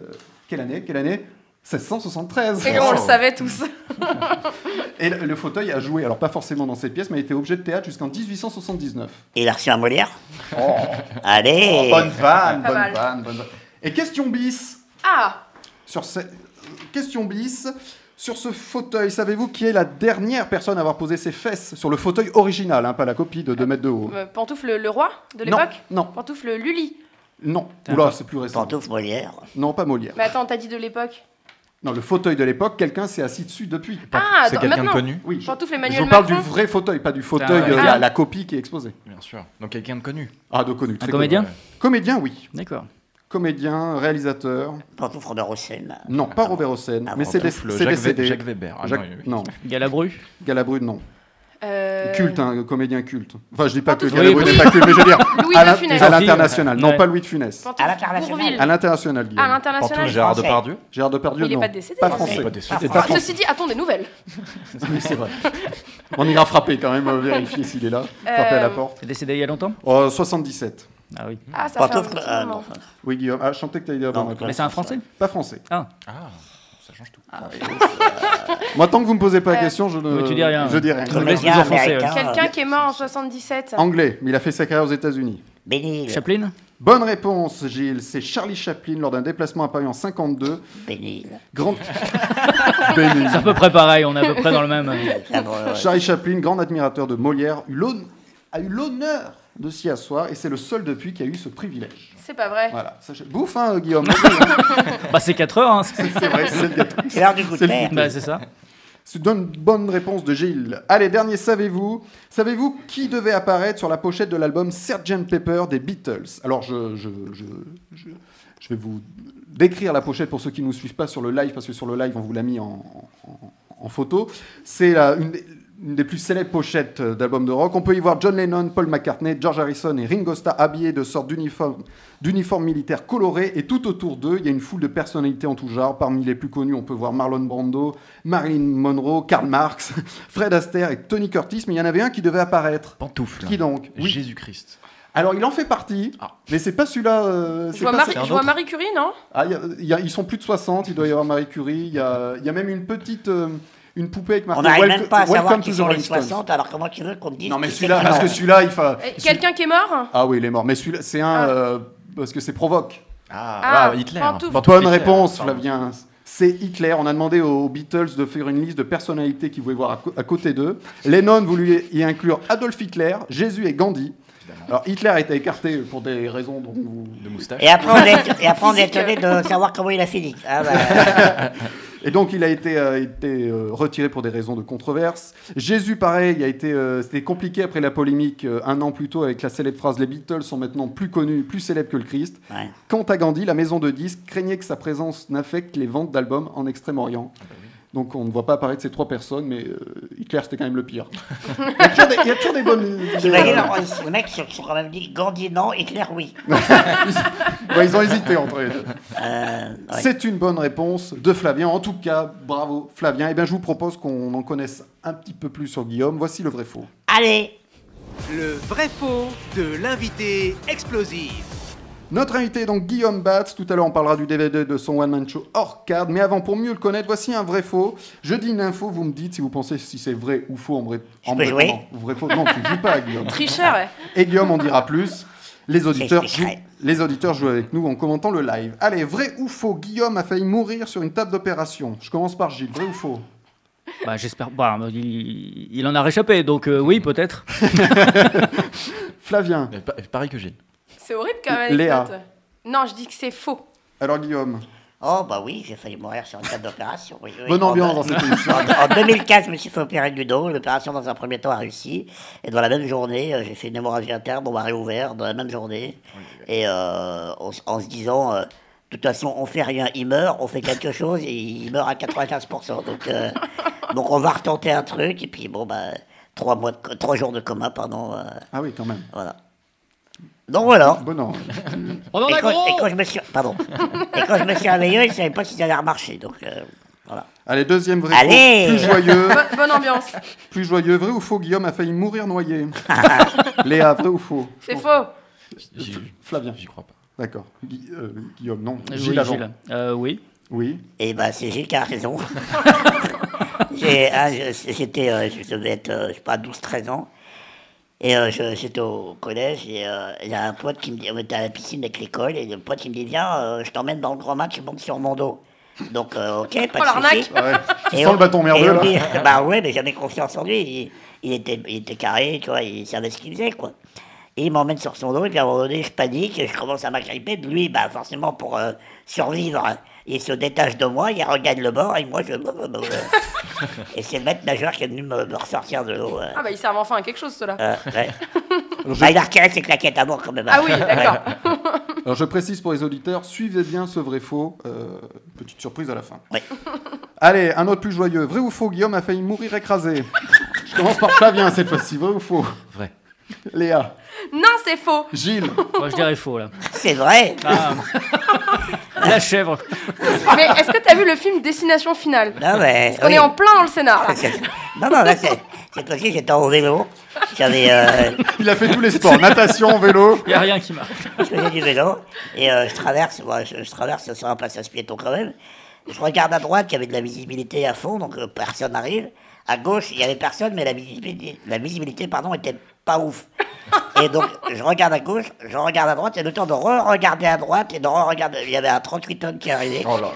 Speaker 2: quelle année Quelle année 1673.
Speaker 5: Et
Speaker 6: Oh.
Speaker 5: on le savait tous.
Speaker 2: Et le, le fauteuil a joué, alors pas forcément dans cette pièce, mais a été objet de théâtre jusqu'en 1879.
Speaker 4: Il a reçu un Molière
Speaker 2: Oh,
Speaker 4: Allez
Speaker 2: bonne vanne,
Speaker 5: Eh. Ah, Pas
Speaker 2: bonne
Speaker 5: mal.
Speaker 2: vanne, bonne vanne. Et question bis
Speaker 5: Ah,
Speaker 2: Sur ce- euh, Question bis. Sur ce fauteuil, savez-vous qui est la dernière personne à avoir posé ses fesses sur le fauteuil original, hein, pas la copie de 2 mètres de haut
Speaker 5: euh, Pantoufle, le roi de
Speaker 2: Non,
Speaker 5: l'époque
Speaker 2: non,
Speaker 5: Pantoufle, Lully.
Speaker 2: non. Oula, c'est plus récent.
Speaker 4: Pantoufle Molière.
Speaker 2: Non, pas Molière.
Speaker 5: Mais attends, t'as dit de l'époque
Speaker 2: Non, le fauteuil de l'époque, quelqu'un s'est assis dessus depuis.
Speaker 5: Ah,
Speaker 6: Bah, C'est
Speaker 5: attends,
Speaker 6: quelqu'un de
Speaker 5: maintenant.
Speaker 6: connu
Speaker 2: Oui, je,
Speaker 5: Pantoufle,
Speaker 2: je
Speaker 5: Emmanuel
Speaker 2: vous parle
Speaker 5: Macron.
Speaker 2: du vrai fauteuil, pas du fauteuil,
Speaker 6: Ah,
Speaker 2: euh,
Speaker 5: ouais.
Speaker 2: la,
Speaker 5: Ah.
Speaker 2: la copie qui est exposée.
Speaker 6: Bien sûr. Donc quelqu'un de connu.
Speaker 2: Ah, de connu.
Speaker 3: Un
Speaker 2: très
Speaker 3: comédien
Speaker 2: connu. Comédien, oui.
Speaker 3: D'accord.
Speaker 2: Comédien, réalisateur.
Speaker 4: Pantoufle Robert Hossein.
Speaker 2: Non, pas Robert Hossein,
Speaker 4: Ah,
Speaker 2: mais c'est dé-
Speaker 6: Pantoufle,
Speaker 2: c'est
Speaker 6: Jacques,
Speaker 2: décédé.
Speaker 6: Ve- Jacques Weber. Ah,
Speaker 2: Jacques-
Speaker 6: non, oui, oui.
Speaker 2: non,
Speaker 3: Galabru.
Speaker 2: Galabru, non.
Speaker 5: Euh,
Speaker 2: Culte, hein. un comédien culte. Enfin, je dis pas que
Speaker 5: Pantoufle-
Speaker 2: Galabru
Speaker 3: Oui,
Speaker 2: n'est pas culte, mais je veux dire
Speaker 5: Louis
Speaker 2: à
Speaker 5: de
Speaker 2: l'in-
Speaker 5: Funès.
Speaker 2: à l'international. Non,
Speaker 3: Ouais.
Speaker 2: pas Louis de Funès.
Speaker 5: Pantoufle,
Speaker 4: À l'international.
Speaker 5: Bourvil.
Speaker 2: À l'international, Guillaume.
Speaker 5: À
Speaker 6: Pantoufle
Speaker 5: l'international.
Speaker 2: euh,
Speaker 6: Gérard
Speaker 4: français.
Speaker 6: Depardieu.
Speaker 2: Gérard Depardieu,
Speaker 5: Il est
Speaker 2: non.
Speaker 5: pas décédé,
Speaker 2: Pas
Speaker 5: non.
Speaker 2: français.
Speaker 4: Il est
Speaker 6: pas décédé.
Speaker 2: C'est
Speaker 5: Ah,
Speaker 2: pas français.
Speaker 5: ceci dit, attends des nouvelles.
Speaker 2: Oui, c'est vrai. On ira frapper quand même, euh, vérifier s'il est là. Frapper à la
Speaker 5: Euh,
Speaker 2: porte.
Speaker 3: C'est décédé il y a longtemps
Speaker 2: Oh, 77.
Speaker 3: Ah oui.
Speaker 2: Mmh.
Speaker 5: Ah, ça fait un
Speaker 4: Pantoufle.
Speaker 5: petit
Speaker 4: euh,
Speaker 5: moment.
Speaker 4: non.
Speaker 2: Oui, Guillaume. Ah, je sentais que t'allais dire avant.
Speaker 4: Non,
Speaker 2: Nathan.
Speaker 3: Mais c'est un français
Speaker 2: Pas français. Ah,
Speaker 6: Ah, ça change tout.
Speaker 2: Moi, tant que vous me posez pas la
Speaker 5: Ah. Euh,
Speaker 2: question, je ne
Speaker 3: Mais tu dis rien.
Speaker 2: Je dis rien.
Speaker 3: Je vous laisse nous enfoncer,
Speaker 4: américain.
Speaker 5: Quelqu'un qui est mort en 77.
Speaker 2: Anglais, mais il a fait sa carrière aux États-Unis.
Speaker 4: Bénil.
Speaker 3: Chaplin
Speaker 2: Bonne réponse, Gilles. C'est Charlie Chaplin lors d'un déplacement à Paris en 52.
Speaker 4: Bénil.
Speaker 2: Grande. Béni.
Speaker 3: C'est à peu près pareil, on est à peu près dans le même. euh,
Speaker 2: Charlie Chaplin, grand admirateur de Molière, eut l'hon- a eu l'honneur de s'y asseoir et c'est le seul depuis qui a eu ce privilège.
Speaker 5: C'est pas vrai.
Speaker 2: Voilà. Sachez- Bouffe, hein, Guillaume
Speaker 3: Bah, c'est 4 heures, hein. c'est-
Speaker 2: C'est vrai, c'est le gâteau.
Speaker 4: C'est l'heure du coup de
Speaker 2: C'est-
Speaker 4: mer.
Speaker 3: Bah, c'est ça.
Speaker 2: C'est une bonne réponse de Gilles. Allez, dernier, savez-vous Savez-vous qui devait apparaître sur la pochette de l'album Sgt Pepper des Beatles Alors, je, je, je, je, je vais vous décrire la pochette pour ceux qui ne nous suivent pas sur le live, parce que sur le live, on vous l'a mis en, en- en photo. C'est la- une, des- une des plus célèbres pochettes euh, d'albums de rock. On peut y voir John Lennon, Paul McCartney, George Harrison et Ringo Starr habillés de sortes d'uniformes d'uniformes militaires colorés. Et tout autour d'eux, il y a une foule de personnalités en tout genre. Parmi les plus connus, on peut voir Marlon Brando, Marilyn Monroe, Karl Marx, Fred Astaire et Tony Curtis. Mais il y en avait un qui devait apparaître.
Speaker 6: Pantoufle.
Speaker 2: Qui donc Oui.
Speaker 6: Jésus-Christ.
Speaker 2: Alors il en fait partie, mais c'est pas celui-là. euh,
Speaker 5: Je
Speaker 2: c'est
Speaker 5: vois,
Speaker 2: pas
Speaker 5: Marie,
Speaker 2: ce-
Speaker 5: je vois Marie Curie, non
Speaker 2: ah, il y a- il y a- ils sont plus de 60, il doit y avoir Marie Curie, il y a, il y a même une petite euh, une poupée avec
Speaker 4: On
Speaker 2: Marie
Speaker 4: n'arrive même pas à savoir qui sont les 60, alors comment tu veux qu'on te dise
Speaker 2: Non mais
Speaker 4: qui c'est
Speaker 2: celui-là,
Speaker 4: qui
Speaker 2: parce
Speaker 4: non
Speaker 2: que celui-là, il fa-
Speaker 5: Eh, Quelqu'un qui est mort
Speaker 2: Ah oui, il est mort, mais celui-là, c'est un... euh, parce que c'est provoque.
Speaker 5: Ah, ah, Hitler. pantoufle.
Speaker 2: Bonne
Speaker 5: Hitler,
Speaker 2: réponse,
Speaker 5: pardon.
Speaker 2: Flavien. C'est Hitler. On a demandé aux Beatles de faire une liste de personnalités qu'ils voulaient voir à, co- à côté d'eux. Lennon voulait y inclure Adolf Hitler, Jésus et Gandhi. Alors Hitler a été écarté pour des raisons dont vous... De moustache.
Speaker 4: Et après, on est, et après, on est étonné de savoir comment il a fini. Ah, bah,
Speaker 2: Et donc il a été, euh, été, euh, retiré pour des raisons de controverse. Jésus, pareil, a été, euh, c'était compliqué après la polémique euh, un an plus tôt avec la célèbre phrase Les Beatles sont maintenant plus connus, plus célèbres que le Christ.
Speaker 4: Ouais.
Speaker 2: Quant à Gandhi, la maison de disques craignait que sa présence n'affecte les ventes d'albums en Extrême-Orient. Donc on ne voit pas apparaître ces trois personnes, mais euh, Hitler c'était quand même le pire. il, y a toujours des, il y a toujours des bonnes.
Speaker 4: T'imagines, alors, les mecs se sont quand même dit Gandhi non, Hitler oui.
Speaker 2: Ouais, ils ont hésité entre les deux.
Speaker 4: Euh, ouais.
Speaker 2: C'est une bonne réponse de Flavien. En tout cas, bravo Flavien. Et bien, je vous propose qu'on en connaisse un petit peu plus sur Guillaume. Voici le vrai faux.
Speaker 4: Allez
Speaker 1: Le vrai faux de l'invité explosif.
Speaker 2: Notre invité est donc Guillaume Batz. Tout à l'heure, on parlera du DVD de son one-man show hors cadre. Mais avant, pour mieux le connaître, voici un vrai faux. Je dis une info, vous me dites si vous pensez si c'est vrai ou faux en vrai. en
Speaker 4: peux
Speaker 2: vrai-
Speaker 4: jouer
Speaker 2: en vrai faux. Non, tu ne joues pas, Guillaume.
Speaker 5: Tricheur, ouais.
Speaker 2: Et Guillaume en dira plus. Les auditeurs, jouent,
Speaker 4: J'expliquerai.
Speaker 2: les auditeurs jouent avec nous en commentant le live. Allez, vrai ou faux Guillaume a failli mourir sur une table d'opération. Je commence par Gilles. Vrai ou faux
Speaker 3: Bah, j'espère. bah, il, il en a réchappé, donc euh, oui, peut-être.
Speaker 2: Flavien.
Speaker 6: Euh, pareil que Gilles.
Speaker 2: Euh,
Speaker 5: C'est horrible quand même.
Speaker 3: Léa.
Speaker 5: l'anecdote. Non, je dis que c'est faux.
Speaker 2: Alors Guillaume
Speaker 4: Oh bah oui, j'ai failli mourir sur une table d'opération. oui, bah, oui.
Speaker 2: Bonne
Speaker 4: En-
Speaker 2: ambiance dans cette émission.
Speaker 4: En, en 2015, je me suis fait opérer du dos. L'opération, dans un premier temps, a réussi. Et dans la même journée, euh, j'ai fait une hémorragie interne. On m'a réouvert dans la même journée. Et euh, en, s- en se disant, euh, de toute façon, on fait rien, il meurt. On fait quelque chose et il meurt à 95%. Donc, euh, donc on va retenter un truc. Et puis bon, bah, trois, mois de co- trois jours de coma, pardon. euh,
Speaker 2: Ah oui, quand même.
Speaker 4: voilà. Donc voilà.
Speaker 2: Bon, non.
Speaker 4: et, quand, et quand je me suis, pardon. et quand je me suis réveillé, je savais pas si ça allait remarcher. Donc euh, voilà.
Speaker 2: Allez, deuxième vrai
Speaker 4: Allez
Speaker 2: faux. Plus joyeux.
Speaker 5: Bo- bonne ambiance.
Speaker 2: Plus joyeux, vrai ou faux Guillaume a failli mourir noyé. Léa, vrai ou faux
Speaker 5: C'est faux.
Speaker 2: Flavien. J'y crois pas. D'accord. Gui- euh, Guillaume, non.
Speaker 3: Oui,
Speaker 2: Gilles avant.
Speaker 3: Gilles. Euh, oui.
Speaker 2: Oui.
Speaker 4: Et bah c'est Gilles qui a raison. J'ai- ah, je- J'étais, euh, je devais être, euh, je sais pas, 12-13 ans. Et euh, je- j'étais au collège et euh, il y a un pote qui me dit, on était à la piscine avec l'école et le pote il me dit, viens, euh, je t'emmène dans le grand match, je monte sur mon dos. Donc euh, ok, pas
Speaker 5: Oh,
Speaker 4: de souci.
Speaker 2: Ouais. Tu
Speaker 4: Et
Speaker 2: sens
Speaker 4: on-
Speaker 2: le bâton
Speaker 4: et
Speaker 2: merdeux,
Speaker 4: on
Speaker 2: là.
Speaker 4: dit- bah ouais, mais j'avais confiance en lui. Il, il était, il était carré, tu vois, il savait ce qu'il faisait, quoi. Et il m'emmène sur son dos, et puis à un moment donné, je panique, et je commence à m'agripper. Puis Lui, bah forcément, pour euh, survivre, il se détache de moi, il regagne le bord, et moi, je... et c'est le maître nageur qui est venu me, me ressortir de l'eau. euh.
Speaker 5: Ah bah ils servent enfin à quelque chose ceux-là.
Speaker 4: Euh, ouais. Bah, il a retiré ses claquettes à mort, quand même. hein.
Speaker 5: Ah oui, d'accord.
Speaker 2: Alors, je précise pour les auditeurs, suivez bien ce vrai faux. euh, petite surprise à la fin.
Speaker 4: Oui.
Speaker 2: Allez, un autre plus joyeux. Vrai ou faux Guillaume a failli mourir écrasé. Je commence par Flavien cette fois-ci. Vrai ou faux
Speaker 6: Vrai.
Speaker 2: Léa.
Speaker 5: Non, c'est faux.
Speaker 2: Gilles.
Speaker 3: Moi, je dirais faux, là.
Speaker 4: C'est vrai.
Speaker 3: Ah. La chèvre.
Speaker 5: Mais est-ce que t'as vu le film Destination Finale
Speaker 4: Non, mais...
Speaker 5: Parce qu'on
Speaker 4: oui.
Speaker 5: est en plein dans le scénar là.
Speaker 4: Non, non, là, c'est... Cette fois-ci, j'étais en vélo. J'avais... euh,
Speaker 2: Il a fait tous les sports natation, vélo.
Speaker 3: Il n'y a rien qui marche.
Speaker 4: je faisais du vélo et euh, je traverse, moi, je, je traverse sur un passage piéton quand même. Je regarde à droite, il y avait de la visibilité à fond, donc euh, personne n'arrive. À gauche, il y avait personne, mais la visibilité, la visibilité pardon, était pas ouf. Et donc, je regarde à gauche, je regarde à droite, et le temps de re-regarder à droite et de re-regarder, il y avait un 38 tonnes qui arrivait.
Speaker 6: Oh là là.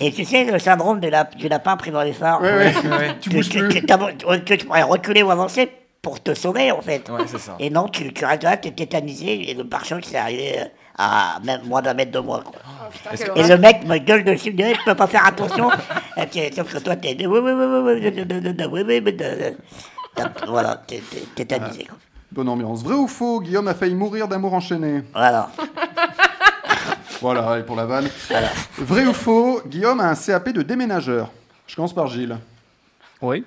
Speaker 4: Et tu sais, le syndrome du, lap- du lapin pris dans les phares.
Speaker 2: Ouais, ouais. Tu
Speaker 4: Que,
Speaker 2: bouges
Speaker 4: que- que
Speaker 2: plus.
Speaker 4: t'as- que- que tu pourrais reculer ou avancer pour te sauver, en fait.
Speaker 6: Ouais, c'est ça.
Speaker 4: Et non, tu, tu restes là, t'es tétanisé, et le pare-choc, c'est arrivé euh, à même moins d'un mètre de moi. quoi.
Speaker 5: quelle
Speaker 4: et
Speaker 5: horreur.
Speaker 4: le mec me gueule dessus, il me dit, Eh, je peux pas faire attention. Et puis, Sauf que toi, t'es. Oui, oui, oui, oui, oui, oui, oui, oui, oui, oui, oui, oui. T'as- Voilà, t'es- t'es- t'es tamisé. quoi.
Speaker 2: Bonne ambiance. Vrai ou faux, Guillaume a failli mourir d'amour enchaîné.
Speaker 4: Voilà.
Speaker 2: Voilà, et pour la vanne. Vrai ou faux, Guillaume a un CAP de déménageur. Je commence par Gilles.
Speaker 3: Oui.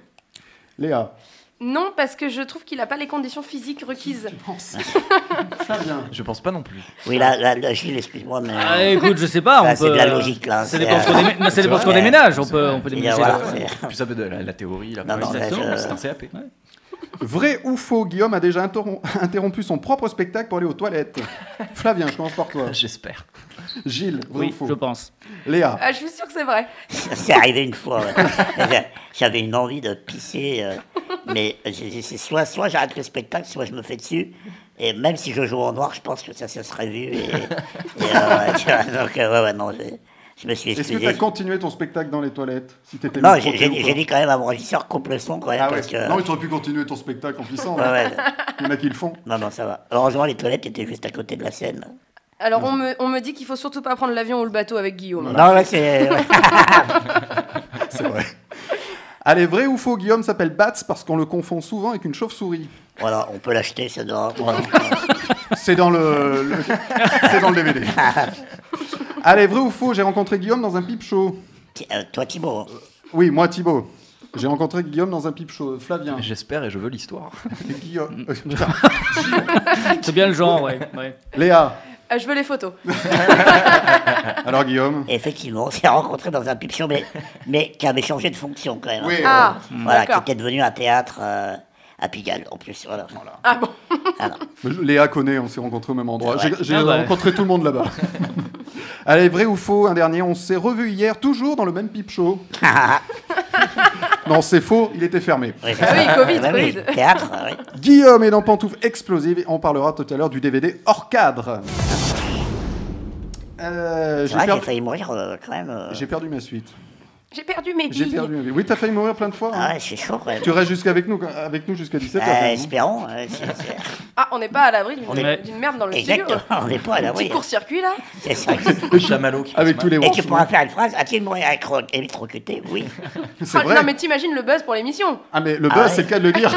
Speaker 2: Léa.
Speaker 5: Non, parce que je trouve qu'il n'a pas les conditions physiques requises.
Speaker 2: Ça vient.
Speaker 6: Je pense pas non plus.
Speaker 4: Oui, là, là, là, Gilles, excuse-moi, mais.
Speaker 3: Ah, écoute, je sais pas.
Speaker 4: Ça,
Speaker 3: on
Speaker 4: c'est
Speaker 3: peut-
Speaker 4: de la logique, là.
Speaker 3: Ça
Speaker 4: C'est,
Speaker 3: dépend ce qu'on
Speaker 4: euh,
Speaker 3: démé- non, ça
Speaker 6: c'est
Speaker 3: dépend ce qu'on
Speaker 4: vrai.
Speaker 3: déménage. On peut, on peut
Speaker 4: Et
Speaker 3: déménager.
Speaker 4: voilà,
Speaker 3: de-
Speaker 4: c'est-
Speaker 6: Puis ça peut de la, la théorie, la
Speaker 4: Non, non,
Speaker 6: préconisation,
Speaker 3: euh,
Speaker 4: mais je-
Speaker 6: c'est un CAP.
Speaker 2: Vrai ou faux, Guillaume a déjà interrom- interrompu son propre spectacle pour aller aux toilettes. Flavien, je commence par toi.
Speaker 6: J'espère.
Speaker 2: Gilles, vrai
Speaker 3: Oui,
Speaker 2: ou faux
Speaker 3: je pense.
Speaker 2: Léa.
Speaker 5: Ah, je suis sûre que c'est vrai.
Speaker 4: C'est arrivé une fois. ouais. J'a- J'avais une envie de pisser, euh, mais j'ai- j'ai- c'est soit, soit j'arrête le spectacle, soit je me fais dessus. Et même si je joue en noir, je pense que ça se serait vu. Et, et, euh, tu vois, donc, euh, ouais, ouais, non, j'ai- je me suis
Speaker 2: Est-ce que
Speaker 4: excusé.
Speaker 2: tu as continué ton spectacle dans les toilettes Si t'étais
Speaker 4: Non,
Speaker 2: microté
Speaker 4: j'ai- j'ai
Speaker 2: ou
Speaker 4: dit-
Speaker 2: pas
Speaker 4: j'ai dit quand même à mon régisseur coupe le son, quand même,
Speaker 2: Ah ouais.
Speaker 4: parce que.
Speaker 2: Non, mais tu aurais pu continuer ton spectacle en pissant.
Speaker 4: Ouais,
Speaker 2: hein.
Speaker 4: ouais.
Speaker 2: Il y en a qui le font.
Speaker 4: Non, non, ça va. Heureusement, les toilettes étaient juste à côté de la scène.
Speaker 5: Alors on me, on me dit qu'il faut surtout pas prendre l'avion ou le bateau avec Guillaume.
Speaker 4: Non, ouais, c'est. ouais.
Speaker 2: C'est vrai. Allez, vrai ou faux, Guillaume s'appelle Bats parce qu'on le confond souvent avec une chauve-souris.
Speaker 4: voilà, on peut l'acheter, c'est dehors.
Speaker 2: C'est dans le, le- c'est dans le DVD. Allez, vrai ou faux, j'ai rencontré Guillaume dans un pipe show.
Speaker 4: Ti- euh, toi, Thibaut.
Speaker 2: Oui, moi Thibaut. J'ai rencontré Guillaume dans un pipe show. Flavien.
Speaker 6: J'espère et je veux l'histoire.
Speaker 2: Guillaume. euh, putain.
Speaker 3: C'est bien le genre, ouais. ouais.
Speaker 2: Léa.
Speaker 5: Ah, je veux les photos.
Speaker 2: Alors Guillaume.
Speaker 4: Effectivement, on s'est rencontrés dans un pipe show, mais, mais qui avait changé de fonction quand même. hein.
Speaker 2: Oui.
Speaker 5: Ah,
Speaker 4: Voilà, qui
Speaker 5: d'accord.
Speaker 4: était devenu un théâtre euh, à Pigalle, en plus. Voilà.
Speaker 5: Ah bon
Speaker 2: Léa connaît, on s'est rencontrés au même endroit. J'ai- J'ai
Speaker 3: Ah ouais.
Speaker 2: rencontré tout le monde là-bas. Allez, vrai ou faux, un dernier. On s'est revu hier, toujours dans le même pipe show. non, c'est faux, il était fermé.
Speaker 4: Oui, c'est
Speaker 5: Ah oui,
Speaker 4: ça.
Speaker 5: Covid,
Speaker 4: Eh ben oui,
Speaker 5: Covid.
Speaker 4: Théâtre, euh, oui.
Speaker 2: Guillaume est dans Pantoufles Explosive et on parlera tout à l'heure du DVD hors cadre. Euh,
Speaker 4: C'est
Speaker 2: j'ai
Speaker 4: vrai, j'ai
Speaker 2: perdu-
Speaker 4: failli mourir euh, quand même. euh.
Speaker 2: j'ai perdu ma suite.
Speaker 5: J'ai perdu mes
Speaker 2: J'ai
Speaker 5: billes.
Speaker 2: perdu. ma vie. Oui, t'as failli mourir plein de fois. hein.
Speaker 4: Ah ouais, c'est chaud quand même.
Speaker 2: Tu restes jusqu'avec nous, avec nous jusqu'à 17h.
Speaker 4: Euh, espérons. euh, c'est- c'est-
Speaker 5: Ah, on n'est pas à l'abri d'une
Speaker 4: On
Speaker 3: est-
Speaker 5: d'une merde dans le studio.
Speaker 4: Exactement, on n'est pas à
Speaker 5: Petit
Speaker 4: l'abri. hein.
Speaker 5: court-circuit là.
Speaker 4: C'est ça. Et
Speaker 6: Chamallow qui
Speaker 2: Avec
Speaker 6: passe
Speaker 2: tous les
Speaker 4: tu
Speaker 2: manches.
Speaker 4: pourras faire une phrase A-t-il mouru électro- électrocuté Oui.
Speaker 2: C'est
Speaker 5: Ah,
Speaker 2: vrai.
Speaker 5: Non mais t'imagines le buzz pour l'émission.
Speaker 2: Ah, mais le buzz,
Speaker 4: Ah ouais.
Speaker 2: c'est le cas de le dire.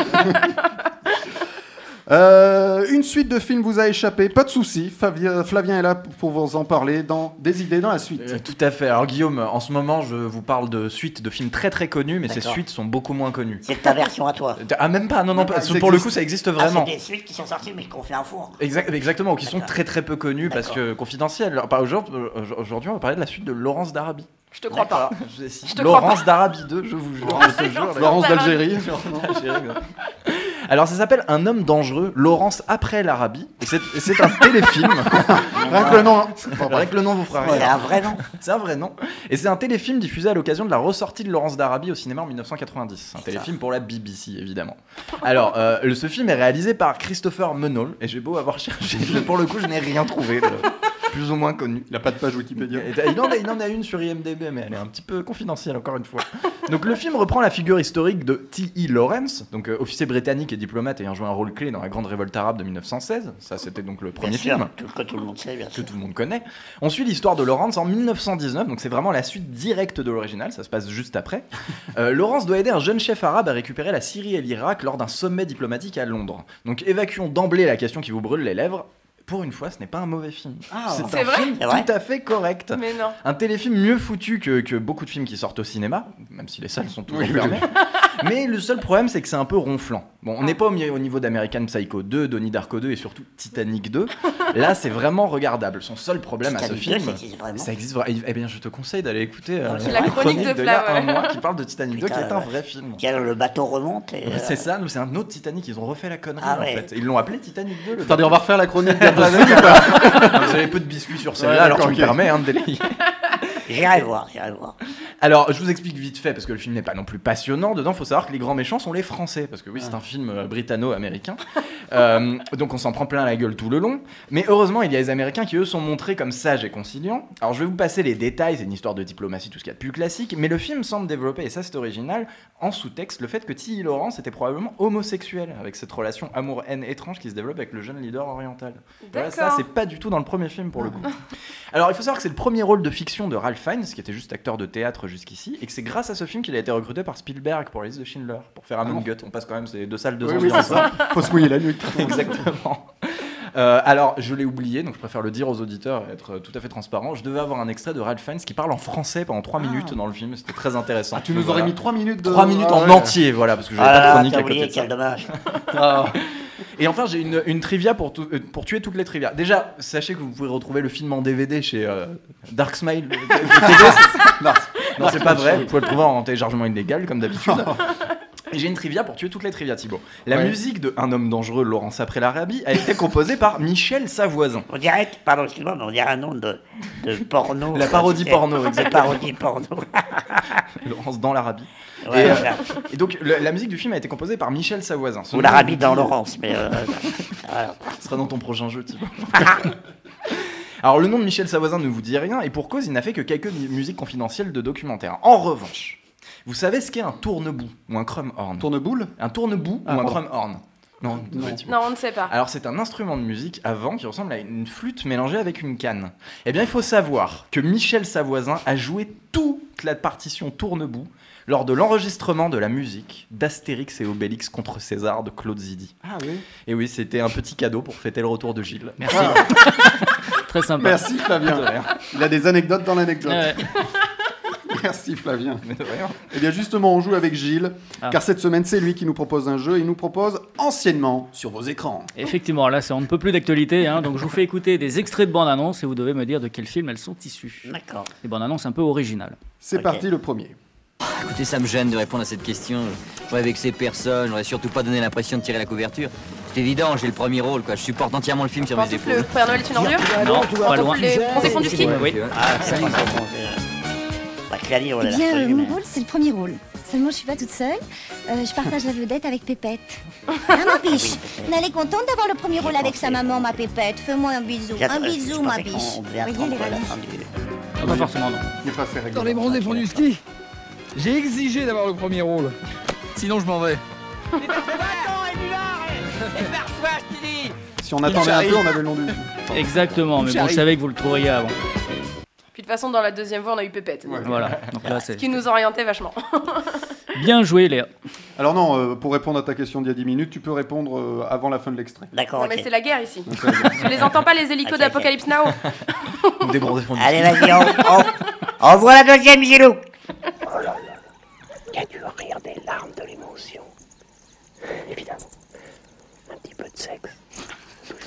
Speaker 2: Euh, une suite de films vous a échappé, pas de souci. Flavien, Flavien est là pour vous en parler dans des idées dans la suite.
Speaker 6: Euh, tout à fait. Alors Guillaume, en ce moment, je vous parle de suites de films très très connus, mais ces
Speaker 4: D'accord.
Speaker 6: suites sont beaucoup moins connues.
Speaker 4: C'est ta version à toi.
Speaker 6: Ah même pas, non non,
Speaker 2: Même
Speaker 6: pas.
Speaker 2: pas, ils
Speaker 6: pour le
Speaker 2: existent.
Speaker 6: coup ça existe
Speaker 4: Ah,
Speaker 6: vraiment.
Speaker 4: c'est des suites qui sont sorties, mais qu'on fait un four.
Speaker 6: Exact- exactement, qui sont
Speaker 4: D'accord.
Speaker 6: très très peu connus parce
Speaker 4: D'accord.
Speaker 6: que confidentiels. Alors, par Aujourd'hui, euh, aujourd'hui, on va parler de la suite de Laurence d'Arabie.
Speaker 5: Je te crois pas.
Speaker 6: Je- si,
Speaker 5: Je te crois
Speaker 6: Laurence d'Arabie 2, je vous jure. je te jure, d'ailleurs.
Speaker 2: Laurence d'Algérie.
Speaker 6: Alors ça s'appelle Un homme dangereux, Laurence après l'Arabie. Et c'est et c'est un téléfilm.
Speaker 2: Rien que le nom. hein. Bon, bref.
Speaker 6: Avec le nom vous fera
Speaker 4: C'est
Speaker 6: rire.
Speaker 4: un vrai nom.
Speaker 6: C'est un vrai nom. Et c'est un téléfilm diffusé à l'occasion de la ressortie de Laurence d'Arabie au cinéma en 1990. Un téléfilm pour la BBC, évidemment. Alors, euh, le- ce film est réalisé par Christopher Menol. Et j'ai beau avoir cherché, je- pour le coup, je n'ai rien trouvé de plus ou moins connu.
Speaker 2: Il n'a pas de page Wikipédia.
Speaker 6: Et Il en, a, il en a une sur IMDB, mais elle est un petit peu confidentielle, encore une fois. Donc, le film reprend la figure historique de T.E. Lawrence, donc euh, officier britannique et diplomate ayant joué un rôle clé dans la Grande Révolte arabe de 1916. Ça, c'était donc le premier
Speaker 4: Bien
Speaker 6: film
Speaker 4: sûr, tout, que tout le monde sait, bien
Speaker 6: que
Speaker 4: sûr.
Speaker 6: tout le monde connaît. On suit l'histoire de Laurence en 1919, donc c'est vraiment la suite directe de l'original, ça se passe juste après. Euh, Laurence doit aider un jeune chef arabe à récupérer la Syrie et l'Irak lors d'un sommet diplomatique à Londres. Donc évacuons d'emblée la question qui vous brûle les lèvres. Pour une fois, ce n'est pas un mauvais film.
Speaker 5: C'est vrai
Speaker 4: C'est vrai
Speaker 6: tout à fait correct.
Speaker 5: Mais non.
Speaker 6: Un téléfilm mieux foutu que, que beaucoup de films qui sortent au cinéma, même si les salles sont toujours
Speaker 2: Oui, Ah. oui,
Speaker 6: fermées. Mais le seul problème, c'est que c'est un peu ronflant. Bon, on n'est pas au, mi- au niveau d'American Psycho 2, Donnie Darko 2 et surtout Titanic 2. Là, c'est vraiment regardable. Son seul problème à ce
Speaker 4: Titanic 2,
Speaker 6: film.
Speaker 4: ça existe vraiment.
Speaker 6: Ça existe vraiment. Eh bien, je te conseille d'aller écouter euh,
Speaker 5: C'est la chronique de
Speaker 6: il y a
Speaker 5: Flamme,
Speaker 6: un mois qui parle de Titanic 2, qui
Speaker 4: Putain,
Speaker 6: est un
Speaker 4: ouais.
Speaker 6: vrai film.
Speaker 4: Tiens, le bateau remonte. Et, euh,
Speaker 6: C'est ça, nous, c'est un autre Titanic, ils ont refait la connerie
Speaker 4: Ah
Speaker 6: en
Speaker 4: ouais.
Speaker 6: fait. Ils l'ont appelé Titanic 2. le
Speaker 2: Attendez, on va refaire la chronique.
Speaker 6: vous avez peu de biscuits sur celle-là,
Speaker 2: Ouais,
Speaker 6: alors tu
Speaker 2: d'accord,
Speaker 6: me
Speaker 2: ok.
Speaker 6: permets hein, de délayer.
Speaker 4: J'irai voir, j'irai voir.
Speaker 6: Alors, je vous explique vite fait, parce que le film n'est pas non plus passionnant. Dedans, faut savoir que les grands méchants sont les Français, parce que oui, c'est un film euh, britanno-américain. Euh, donc, on s'en prend plein la gueule tout le long. Mais heureusement, il y a les Américains qui, eux, sont montrés comme sages et conciliants. Alors, je vais vous passer les détails, c'est une histoire de diplomatie, tout ce qu'il y a de plus classique. Mais le film semble développer, et ça, c'est original, en sous-texte, le fait que Tilly Lawrence était probablement homosexuel, avec cette relation amour-haine étrange qui se développe avec le jeune leader oriental. Voilà, ça,
Speaker 5: D'accord.
Speaker 6: c'est pas du tout dans le premier film, pour le
Speaker 2: Ah.
Speaker 6: coup. Alors, il faut savoir que c'est le premier rôle de fiction de Ralph Fiennes, qui était juste acteur de théâtre jusqu'ici, et que c'est grâce à ce film qu'il a été recruté par Spielberg pour la liste de Schindler, pour faire Among Gut. On passe quand même ces deux salles, deux
Speaker 2: Ah Oui,
Speaker 6: ambiances.
Speaker 2: oui, c'est ça. Faut se mouiller la nuit.
Speaker 6: Exactement. Euh, alors, je l'ai oublié, donc je préfère le dire aux auditeurs et être euh, tout à fait transparent. Je devais avoir un extrait de Ralph Fiennes qui parle en français pendant 3 minutes dans le film, c'était très intéressant.
Speaker 2: Ah, tu nous aurais mis 3 minutes de.
Speaker 6: 3 minutes
Speaker 2: Ah
Speaker 6: en
Speaker 2: ouais.
Speaker 6: entier, voilà, parce que j'avais
Speaker 4: Ah
Speaker 6: pas de
Speaker 4: là là,
Speaker 6: chronique
Speaker 4: t'as
Speaker 6: à côté
Speaker 4: oublié,
Speaker 6: de ça.
Speaker 4: quel dommage.
Speaker 6: Ah. Et enfin, j'ai une, une trivia pour, tout- euh, pour tuer toutes les trivias. Déjà, sachez que vous pouvez retrouver le film en DVD chez euh, Dark Smile. euh, TV.
Speaker 2: Non,
Speaker 6: non, c'est pas vrai. Vous pouvez le trouver en téléchargement illégal, comme d'habitude. Et J'ai une trivia pour tuer toutes les trivias, Thibaut. La
Speaker 2: Ouais.
Speaker 6: musique de Un homme dangereux, Laurence après l'Arabie, a été composée par Michel Savoisin.
Speaker 4: On dirait, que- pardon, excuse-moi, mais on dirait un nom de, de porno.
Speaker 6: La parodie
Speaker 4: C'est-
Speaker 6: porno,
Speaker 4: La
Speaker 6: exactement.
Speaker 4: parodie porno.
Speaker 6: Laurence dans l'Arabie.
Speaker 4: Ouais,
Speaker 6: Et, euh,
Speaker 4: voilà.
Speaker 6: Et donc, le- la musique du film a été composée par Michel Savoisin. Son
Speaker 4: Ou
Speaker 6: nom
Speaker 4: l'Arabie
Speaker 6: vous
Speaker 4: dans
Speaker 6: dit-
Speaker 4: Laurence, mais euh, voilà.
Speaker 6: Ce sera dans ton prochain jeu, Thibaut. Alors, le nom de Michel Savoisin ne vous dit rien, et pour cause, il n'a fait que quelques mu- musiques confidentielles de documentaires. En revanche, vous savez ce qu'est un tournebout ou un crumhorn
Speaker 2: Tourneboule
Speaker 6: Un tournebout
Speaker 2: Ah,
Speaker 6: ou un
Speaker 2: pardon.
Speaker 6: crumhorn Non, désolé,
Speaker 2: Non.
Speaker 6: Thibaut.
Speaker 5: Non, on ne sait pas.
Speaker 4: Ah,
Speaker 6: Alors, c'est un instrument de musique avant qui ressemble à une flûte mélangée avec une canne. Eh bien, il faut savoir que Michel Savoisin a joué toute la partition tournebout lors de l'enregistrement de la musique d'Astérix et Obélix contre César de Claude Zidi.
Speaker 2: Ah oui.
Speaker 6: Et oui, c'était un petit cadeau pour fêter le retour de Gilles.
Speaker 3: Merci. Très sympa.
Speaker 2: Merci Flavien. Il a des anecdotes dans l'anecdote.
Speaker 3: Ouais.
Speaker 2: Merci Flavien.
Speaker 6: Mais de rien.
Speaker 2: Et bien justement, on joue avec Gilles,
Speaker 3: Ah.
Speaker 2: car cette semaine, c'est lui qui nous propose un jeu. Il nous propose anciennement sur vos écrans.
Speaker 3: Effectivement, là, c'est on ne peut plus d'actualité, hein, donc je vous fais écouter des extraits de bandes-annonces et vous devez me dire de quel film elles sont issues.
Speaker 4: D'accord.
Speaker 3: Des bandes-annonces un peu originales.
Speaker 2: C'est
Speaker 4: Ok.
Speaker 2: parti le premier.
Speaker 11: Écoutez, ça me gêne de répondre à cette question. Je vais vexer personne, j'aurais surtout pas donné l'impression de tirer la couverture. C'est évident, j'ai le premier rôle, quoi. Je supporte entièrement le film sur mes
Speaker 5: Pantoufle, le
Speaker 11: épaules.
Speaker 5: Père Noël est une ordure
Speaker 3: Non, pas loin.
Speaker 5: Les Français font du ski
Speaker 3: Ouais. Oui.
Speaker 4: Ah, c'est pas bon, c'est, euh, bah, Claire, on est
Speaker 8: Eh bien,
Speaker 4: là.
Speaker 8: euh, mon rôle, c'est le premier rôle. Seulement, je suis pas toute seule. Euh, je partage la vedette avec Pépette. Hein, ma
Speaker 4: Ah
Speaker 8: biche Mais Elle est contente d'avoir le premier
Speaker 4: J'ai
Speaker 8: rôle avec
Speaker 4: pensé,
Speaker 8: sa maman, ma Pépette. Fais-moi un bisou.
Speaker 4: euh,
Speaker 8: Un bisou, ma biche.
Speaker 4: On
Speaker 8: Voyez,
Speaker 4: devait attendre
Speaker 8: elle est
Speaker 4: la
Speaker 8: ravie.
Speaker 4: fin du.
Speaker 3: Ah, Pas forcément, non.
Speaker 2: Il est pas fait
Speaker 12: Dans les
Speaker 2: rigoler.
Speaker 12: bronzés font du ski J'ai exigé d'avoir le premier rôle. Sinon, je m'en vais.
Speaker 2: Si on attendait un peu, on avait le nom du film.
Speaker 3: Exactement, mais bon, je savais que vous le trouveriez avant.
Speaker 5: Puis de toute façon, dans la deuxième voie, on a eu Pépette.
Speaker 2: Ouais.
Speaker 3: Voilà, donc là,
Speaker 5: Ah, Ce
Speaker 3: c'est
Speaker 5: qui nous orientait vachement.
Speaker 3: bien joué, Léa.
Speaker 2: Alors non, euh, pour répondre à ta question d'il y a 10 minutes, tu peux répondre euh, avant la fin de l'extrait.
Speaker 4: D'accord,
Speaker 5: Non, mais c'est
Speaker 4: ok.
Speaker 5: la guerre ici. Tu les entends pas, les hélicos
Speaker 4: Ok, ok.
Speaker 5: d'Apocalypse Now
Speaker 6: Ou des bronzés font du
Speaker 4: Allez,
Speaker 6: ski.
Speaker 4: vas-y, on, on, envoie la deuxième, Gilou.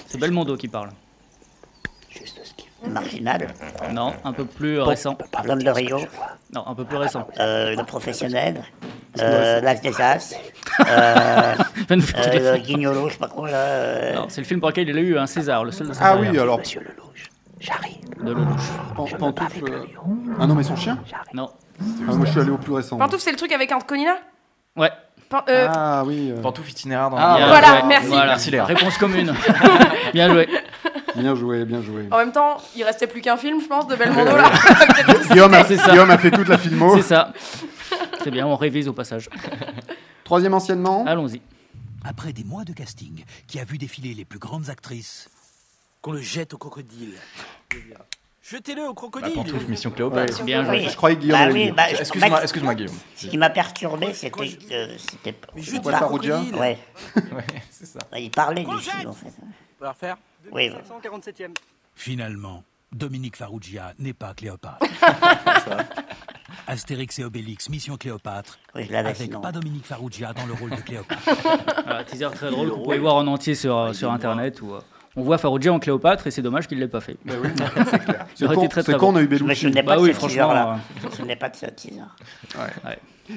Speaker 3: C'est Belmondo qui parle.
Speaker 4: Marginal,
Speaker 3: Non, un peu plus récent.
Speaker 4: l'homme de Rio,
Speaker 3: Non, un peu plus récent.
Speaker 4: euh, le professionnel, euh, l'as des as,
Speaker 3: Je ne vous
Speaker 5: Ah,
Speaker 4: euh,
Speaker 3: dis-
Speaker 4: le guignolo, je sais pas quoi, là. euh,
Speaker 3: Non, C'est le film pour lequel il a eu un César, le seul de sa
Speaker 2: Ah
Speaker 3: carrière.
Speaker 2: oui, alors
Speaker 3: De Lelouch.
Speaker 2: pan- pantoufle. euh, Ah non, mais son chien
Speaker 3: Non.
Speaker 2: Ah, Moi, je suis allé au plus récent.
Speaker 5: Pantouf, c'est le truc avec un Colina
Speaker 3: Ouais.
Speaker 5: Pan- euh,
Speaker 2: Ah oui, euh,
Speaker 6: Pantouf itinéraire dans
Speaker 3: Bien
Speaker 6: la-
Speaker 5: voilà,
Speaker 3: joué.
Speaker 5: merci.
Speaker 6: Ah, Merci, Léa.
Speaker 3: Réponse commune. bien joué.
Speaker 2: bien joué, bien joué. Euh,
Speaker 5: En même temps, il restait plus qu'un film, je pense, de Belmondo là.
Speaker 2: Guillaume a,
Speaker 3: c'est ça.
Speaker 2: Guillaume a fait toute la filmo.
Speaker 3: C'est ça. C'est bien, on révise au passage.
Speaker 2: Troisième anciennement.
Speaker 3: Allons-y.
Speaker 11: Après des mois de casting, qui a vu défiler les plus grandes actrices, qu'on le jette au crocodile. Jetez-le au
Speaker 6: Bah,
Speaker 11: crocodile
Speaker 6: Pantouf, Mission Cléopâtre.
Speaker 2: Ouais.
Speaker 3: Bien joué.
Speaker 2: Je croyais que Guillaume
Speaker 4: Bah
Speaker 2: allait
Speaker 4: oui,
Speaker 2: dire.
Speaker 4: bah, je- en
Speaker 6: Excuse-moi,
Speaker 4: fait,
Speaker 6: excuse-moi, Guillaume.
Speaker 4: Ce qui m'a perturbé, c'était que c'était
Speaker 2: juste Boîte à parodia. crocodile.
Speaker 4: Ouais, Bah,
Speaker 6: Ouais, c'est ça.
Speaker 4: il parlait du film en fait. Oui, voilà.
Speaker 11: Finalement, Dominique Farrugia n'est pas Cléopâtre. Astérix et Obélix, Mission Cléopâtre,
Speaker 4: oui je l'avais sinon.
Speaker 11: Dominique Farrugia dans le rôle de Cléopâtre.
Speaker 3: Voilà, teaser très drôle que vous pouvez voir en entier sur, euh, sur internet ou euh, On voit Faroudja en Cléopâtre et c'est dommage qu'il ne l'ait pas fait. c'est clair.
Speaker 2: C'est con- c'est con, on a eu
Speaker 4: Je me
Speaker 2: Bellucci.
Speaker 4: souvenais pas
Speaker 3: Bah
Speaker 4: de
Speaker 3: oui,
Speaker 4: ce
Speaker 3: franchement,
Speaker 4: teaser-là. Je me souvenais pas de ce teaser.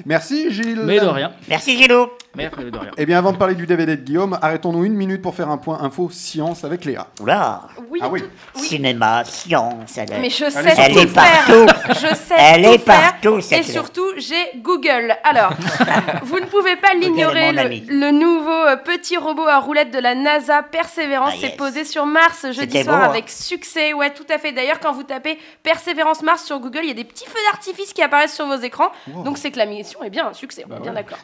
Speaker 2: Merci Gilles.
Speaker 3: Mais de rien.
Speaker 4: Merci Gilou.
Speaker 3: Merci de rien.
Speaker 2: Eh bien, avant de parler du DVD de Guillaume, arrêtons-nous une minute pour faire un point info science avec Léa.
Speaker 4: Oula
Speaker 5: Oui,
Speaker 2: Ah oui.
Speaker 4: Cinéma, science, elle est.
Speaker 5: Mais je sais
Speaker 4: elle est,
Speaker 5: tout faire.
Speaker 4: partout.
Speaker 5: Je sais
Speaker 4: Elle
Speaker 5: tout
Speaker 4: est
Speaker 5: faire.
Speaker 4: partout, cette
Speaker 5: Et
Speaker 4: fille.
Speaker 5: surtout, j'ai Google. Alors, vous ne pouvez pas l'ignorer.
Speaker 4: Google est mon
Speaker 5: Le,
Speaker 4: ami.
Speaker 5: le nouveau euh, petit robot à roulette de la NASA Perseverance
Speaker 4: Ah,
Speaker 5: s'est
Speaker 4: yes.
Speaker 5: posé sur Mars jeudi
Speaker 4: C'était
Speaker 5: soir
Speaker 4: beau, hein.
Speaker 5: avec succès. Ouais, tout à fait. D'ailleurs, quand vous tapez Perseverance Mars sur Google, il y a des petits feux d'artifice qui apparaissent sur vos écrans.
Speaker 13: Wow.
Speaker 5: Donc, c'est que la mission est bien un succès.
Speaker 4: Bah
Speaker 5: on est bien
Speaker 13: ouais.
Speaker 5: d'accord.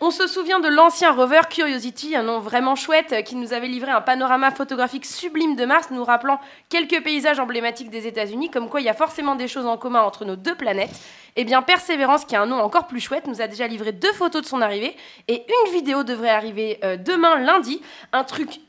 Speaker 5: On se souvient de l'ancien rover Curiosity, un nom vraiment chouette, euh, qui nous avait livré un panorama photographique sublime de Mars, nous rappelant quelques paysages emblématiques des États-Unis, comme quoi il y a forcément des choses en commun entre nos deux planètes. Eh bien, Perseverance, qui a un nom encore plus chouette, nous a déjà livré deux photos de son arrivée et une vidéo devrait arriver euh, demain, lundi. Un truc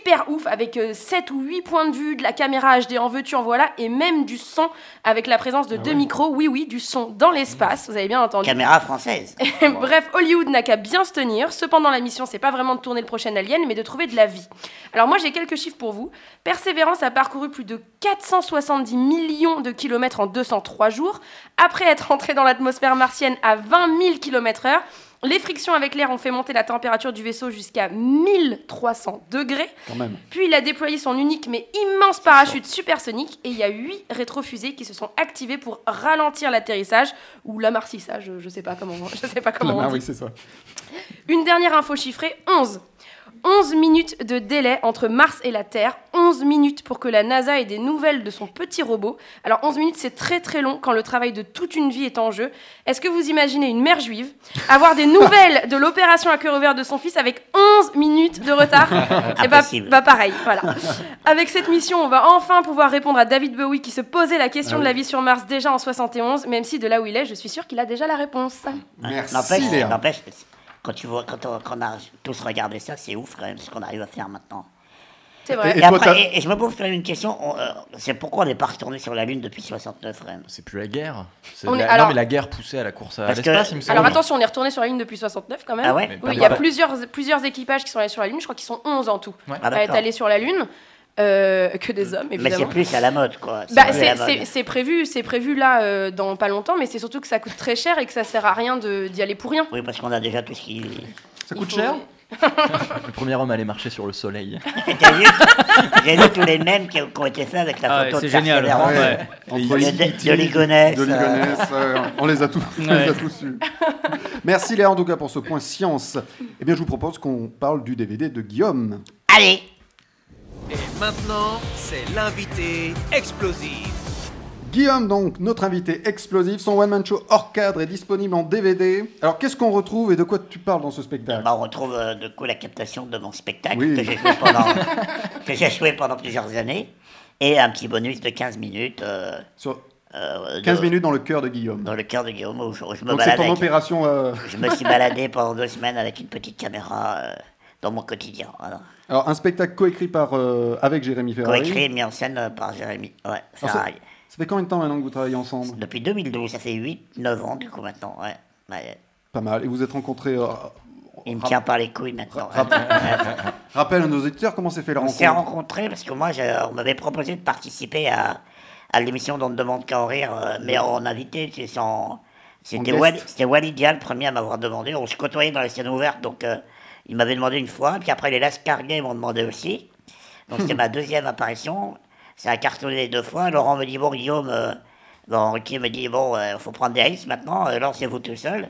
Speaker 5: hyper ouf avec 7 ou 8 points de vue, de la caméra HD en veux-tu en voilà et même du son avec la présence de deux micros, oui oui, du son dans l'espace, vous avez bien entendu.
Speaker 4: Caméra française.
Speaker 5: Bref, Hollywood n'a qu'à bien se tenir. Cependant, la mission, c'est pas vraiment de tourner le prochain Alien, mais de trouver de la vie. Alors moi, j'ai quelques chiffres pour vous. Perseverance a parcouru plus de 470 millions de kilomètres en 203 jours. Après être entrée dans l'atmosphère martienne à 20 000 km heure, les frictions avec l'air ont fait monter la température du vaisseau jusqu'à 1300 degrés.
Speaker 2: Quand même.
Speaker 5: Puis il a déployé son unique mais immense parachute supersonique et il y a huit rétrofusées qui se sont activées pour ralentir l'atterrissage ou l'amarcissage, je- je sais pas comment, je sais pas comment.
Speaker 2: Ah
Speaker 5: on
Speaker 2: oui,
Speaker 5: dit.
Speaker 2: c'est ça.
Speaker 5: Une dernière info chiffrée 11. 11 minutes de délai entre Mars et la Terre, 11 minutes pour que la NASA ait des nouvelles de son petit robot. Alors 11 minutes c'est très très long quand le travail de toute une vie est en jeu. Est-ce que vous imaginez une mère juive avoir des nouvelles de l'opération à cœur ouvert de son fils avec 11 minutes de retard Et bah,
Speaker 4: Impossible.
Speaker 5: bah pareil, voilà. Avec cette mission, on va enfin pouvoir répondre à David Bowie qui se posait la question
Speaker 4: Ah oui.
Speaker 5: de la vie sur Mars déjà en 71, même si de là où il est, je suis sûre qu'il a déjà la réponse.
Speaker 2: Merci,
Speaker 4: N'empêche,
Speaker 2: Léa.
Speaker 4: n'empêche, quand tu vois, quand on, quand on a tous regardé ça, c'est ouf quand même ce qu'on arrive à faire maintenant.
Speaker 5: C'est vrai.
Speaker 4: Et,
Speaker 5: Et toi,
Speaker 4: après,
Speaker 5: t'as-
Speaker 4: et- et je me pose quand même une question. on, euh, c'est pourquoi on n'est pas retourné sur la Lune depuis 69 quand même.
Speaker 6: C'est plus la guerre. C'est
Speaker 5: On
Speaker 6: la-
Speaker 5: est-
Speaker 6: non,
Speaker 5: alors-
Speaker 6: mais la guerre poussée à la course à
Speaker 4: Parce que-
Speaker 6: l'espace, il me semble.
Speaker 5: Alors attention, on est retourné sur la Lune depuis 69 quand même.
Speaker 6: Ah ouais Mais
Speaker 5: oui,
Speaker 6: pas
Speaker 5: il y a
Speaker 6: de-
Speaker 5: plusieurs, plusieurs équipages qui sont allés sur la Lune, je crois qu'ils sont 11 en tout
Speaker 4: Ouais. Ah,
Speaker 5: à être
Speaker 4: d'accord.
Speaker 5: allés sur la Lune. euh, que des hommes,
Speaker 4: Mais
Speaker 5: évidemment.
Speaker 4: c'est plus à la mode quoi.
Speaker 5: Bah,
Speaker 4: plus à
Speaker 5: c'est-
Speaker 4: la
Speaker 5: c'est
Speaker 4: mode.
Speaker 5: c'est prévu, c'est prévu là euh, dans pas longtemps, mais c'est surtout que ça coûte très cher et que ça sert à rien de- d'y aller pour rien.
Speaker 4: Oui, parce qu'on a déjà tout ce qui.
Speaker 6: Ça
Speaker 5: coûte cher
Speaker 6: Le premier homme à aller marcher sur le soleil.
Speaker 4: J'ai vu, j'ai vu tous les mêmes qui, qui ont été faits avec la
Speaker 6: Ah
Speaker 4: photo
Speaker 6: ouais,
Speaker 4: de
Speaker 6: c'est génial.
Speaker 4: Perseverance.
Speaker 6: Ouais.
Speaker 4: De,
Speaker 2: Entre
Speaker 4: de,
Speaker 2: Ligeti,
Speaker 4: de Ligonès.
Speaker 2: de Ligonès, euh, on les a tous, on les a
Speaker 6: Ouais.
Speaker 2: tous eus. Merci Léa en tout cas pour ce point science. Eh bien, je vous propose qu'on parle du DVD de Guillaume.
Speaker 4: Allez
Speaker 1: Et maintenant, c'est l'invité explosif.
Speaker 2: Guillaume, donc, notre invité explosif, son one-man show hors cadre est disponible en DVD. Alors, qu'est-ce qu'on retrouve et de quoi tu parles dans ce spectacle
Speaker 4: Bah, on retrouve euh, de coup la captation de mon spectacle
Speaker 2: Oui.
Speaker 4: que j'ai joué, pendant- que j'ai joué pendant plusieurs années et un petit bonus de 15 minutes. euh, euh, de-
Speaker 2: 15 minutes dans le cœur de Guillaume.
Speaker 4: dans le cœur de Guillaume où je, où je me
Speaker 2: Donc, c'est
Speaker 4: balade.
Speaker 2: ton
Speaker 4: avec-
Speaker 2: opération. euh,
Speaker 4: Je me suis baladé pendant deux semaines avec une petite caméra euh, dans mon quotidien. Voilà.
Speaker 2: Alors, un spectacle coécrit par, euh, avec Jérémy Ferrari.
Speaker 4: Coécrit et mis en scène euh, par Jérémy. Ouais,
Speaker 2: Alors, ça,
Speaker 4: Ferrari.
Speaker 2: ça fait combien de temps maintenant que vous travaillez ensemble
Speaker 4: Depuis 2012, ça fait 8-9 ans du coup maintenant. Ouais. Ouais.
Speaker 2: Pas mal. Et vous êtes rencontrés. euh,
Speaker 4: Il me
Speaker 2: rap-
Speaker 4: tient par les couilles maintenant.
Speaker 2: rap- Rappelle à nos auditeurs comment s'est fait la
Speaker 4: On s'est
Speaker 2: rencontre.
Speaker 4: rencontrés parce que moi, je- on m'avait proposé de participer à, à l'émission d'On ne demande qu'à en rire, euh,
Speaker 2: Mm.
Speaker 4: mais en invité, c'est sans- C'était
Speaker 13: guest.
Speaker 4: Wali- c'était Wally Dia le premier à m'avoir demandé. On se côtoyait dans les scènes ouvertes, donc euh, il m'avait demandé une fois. Puis après, les Lascar Games m'ont demandé aussi. Donc c'était ma deuxième apparition. Ça a cartonné deux fois. Laurent me dit Bon, Guillaume, euh, bon, Ruquier me dit Bon, euh, faut prendre des risques maintenant, euh, lancez-vous tout seul.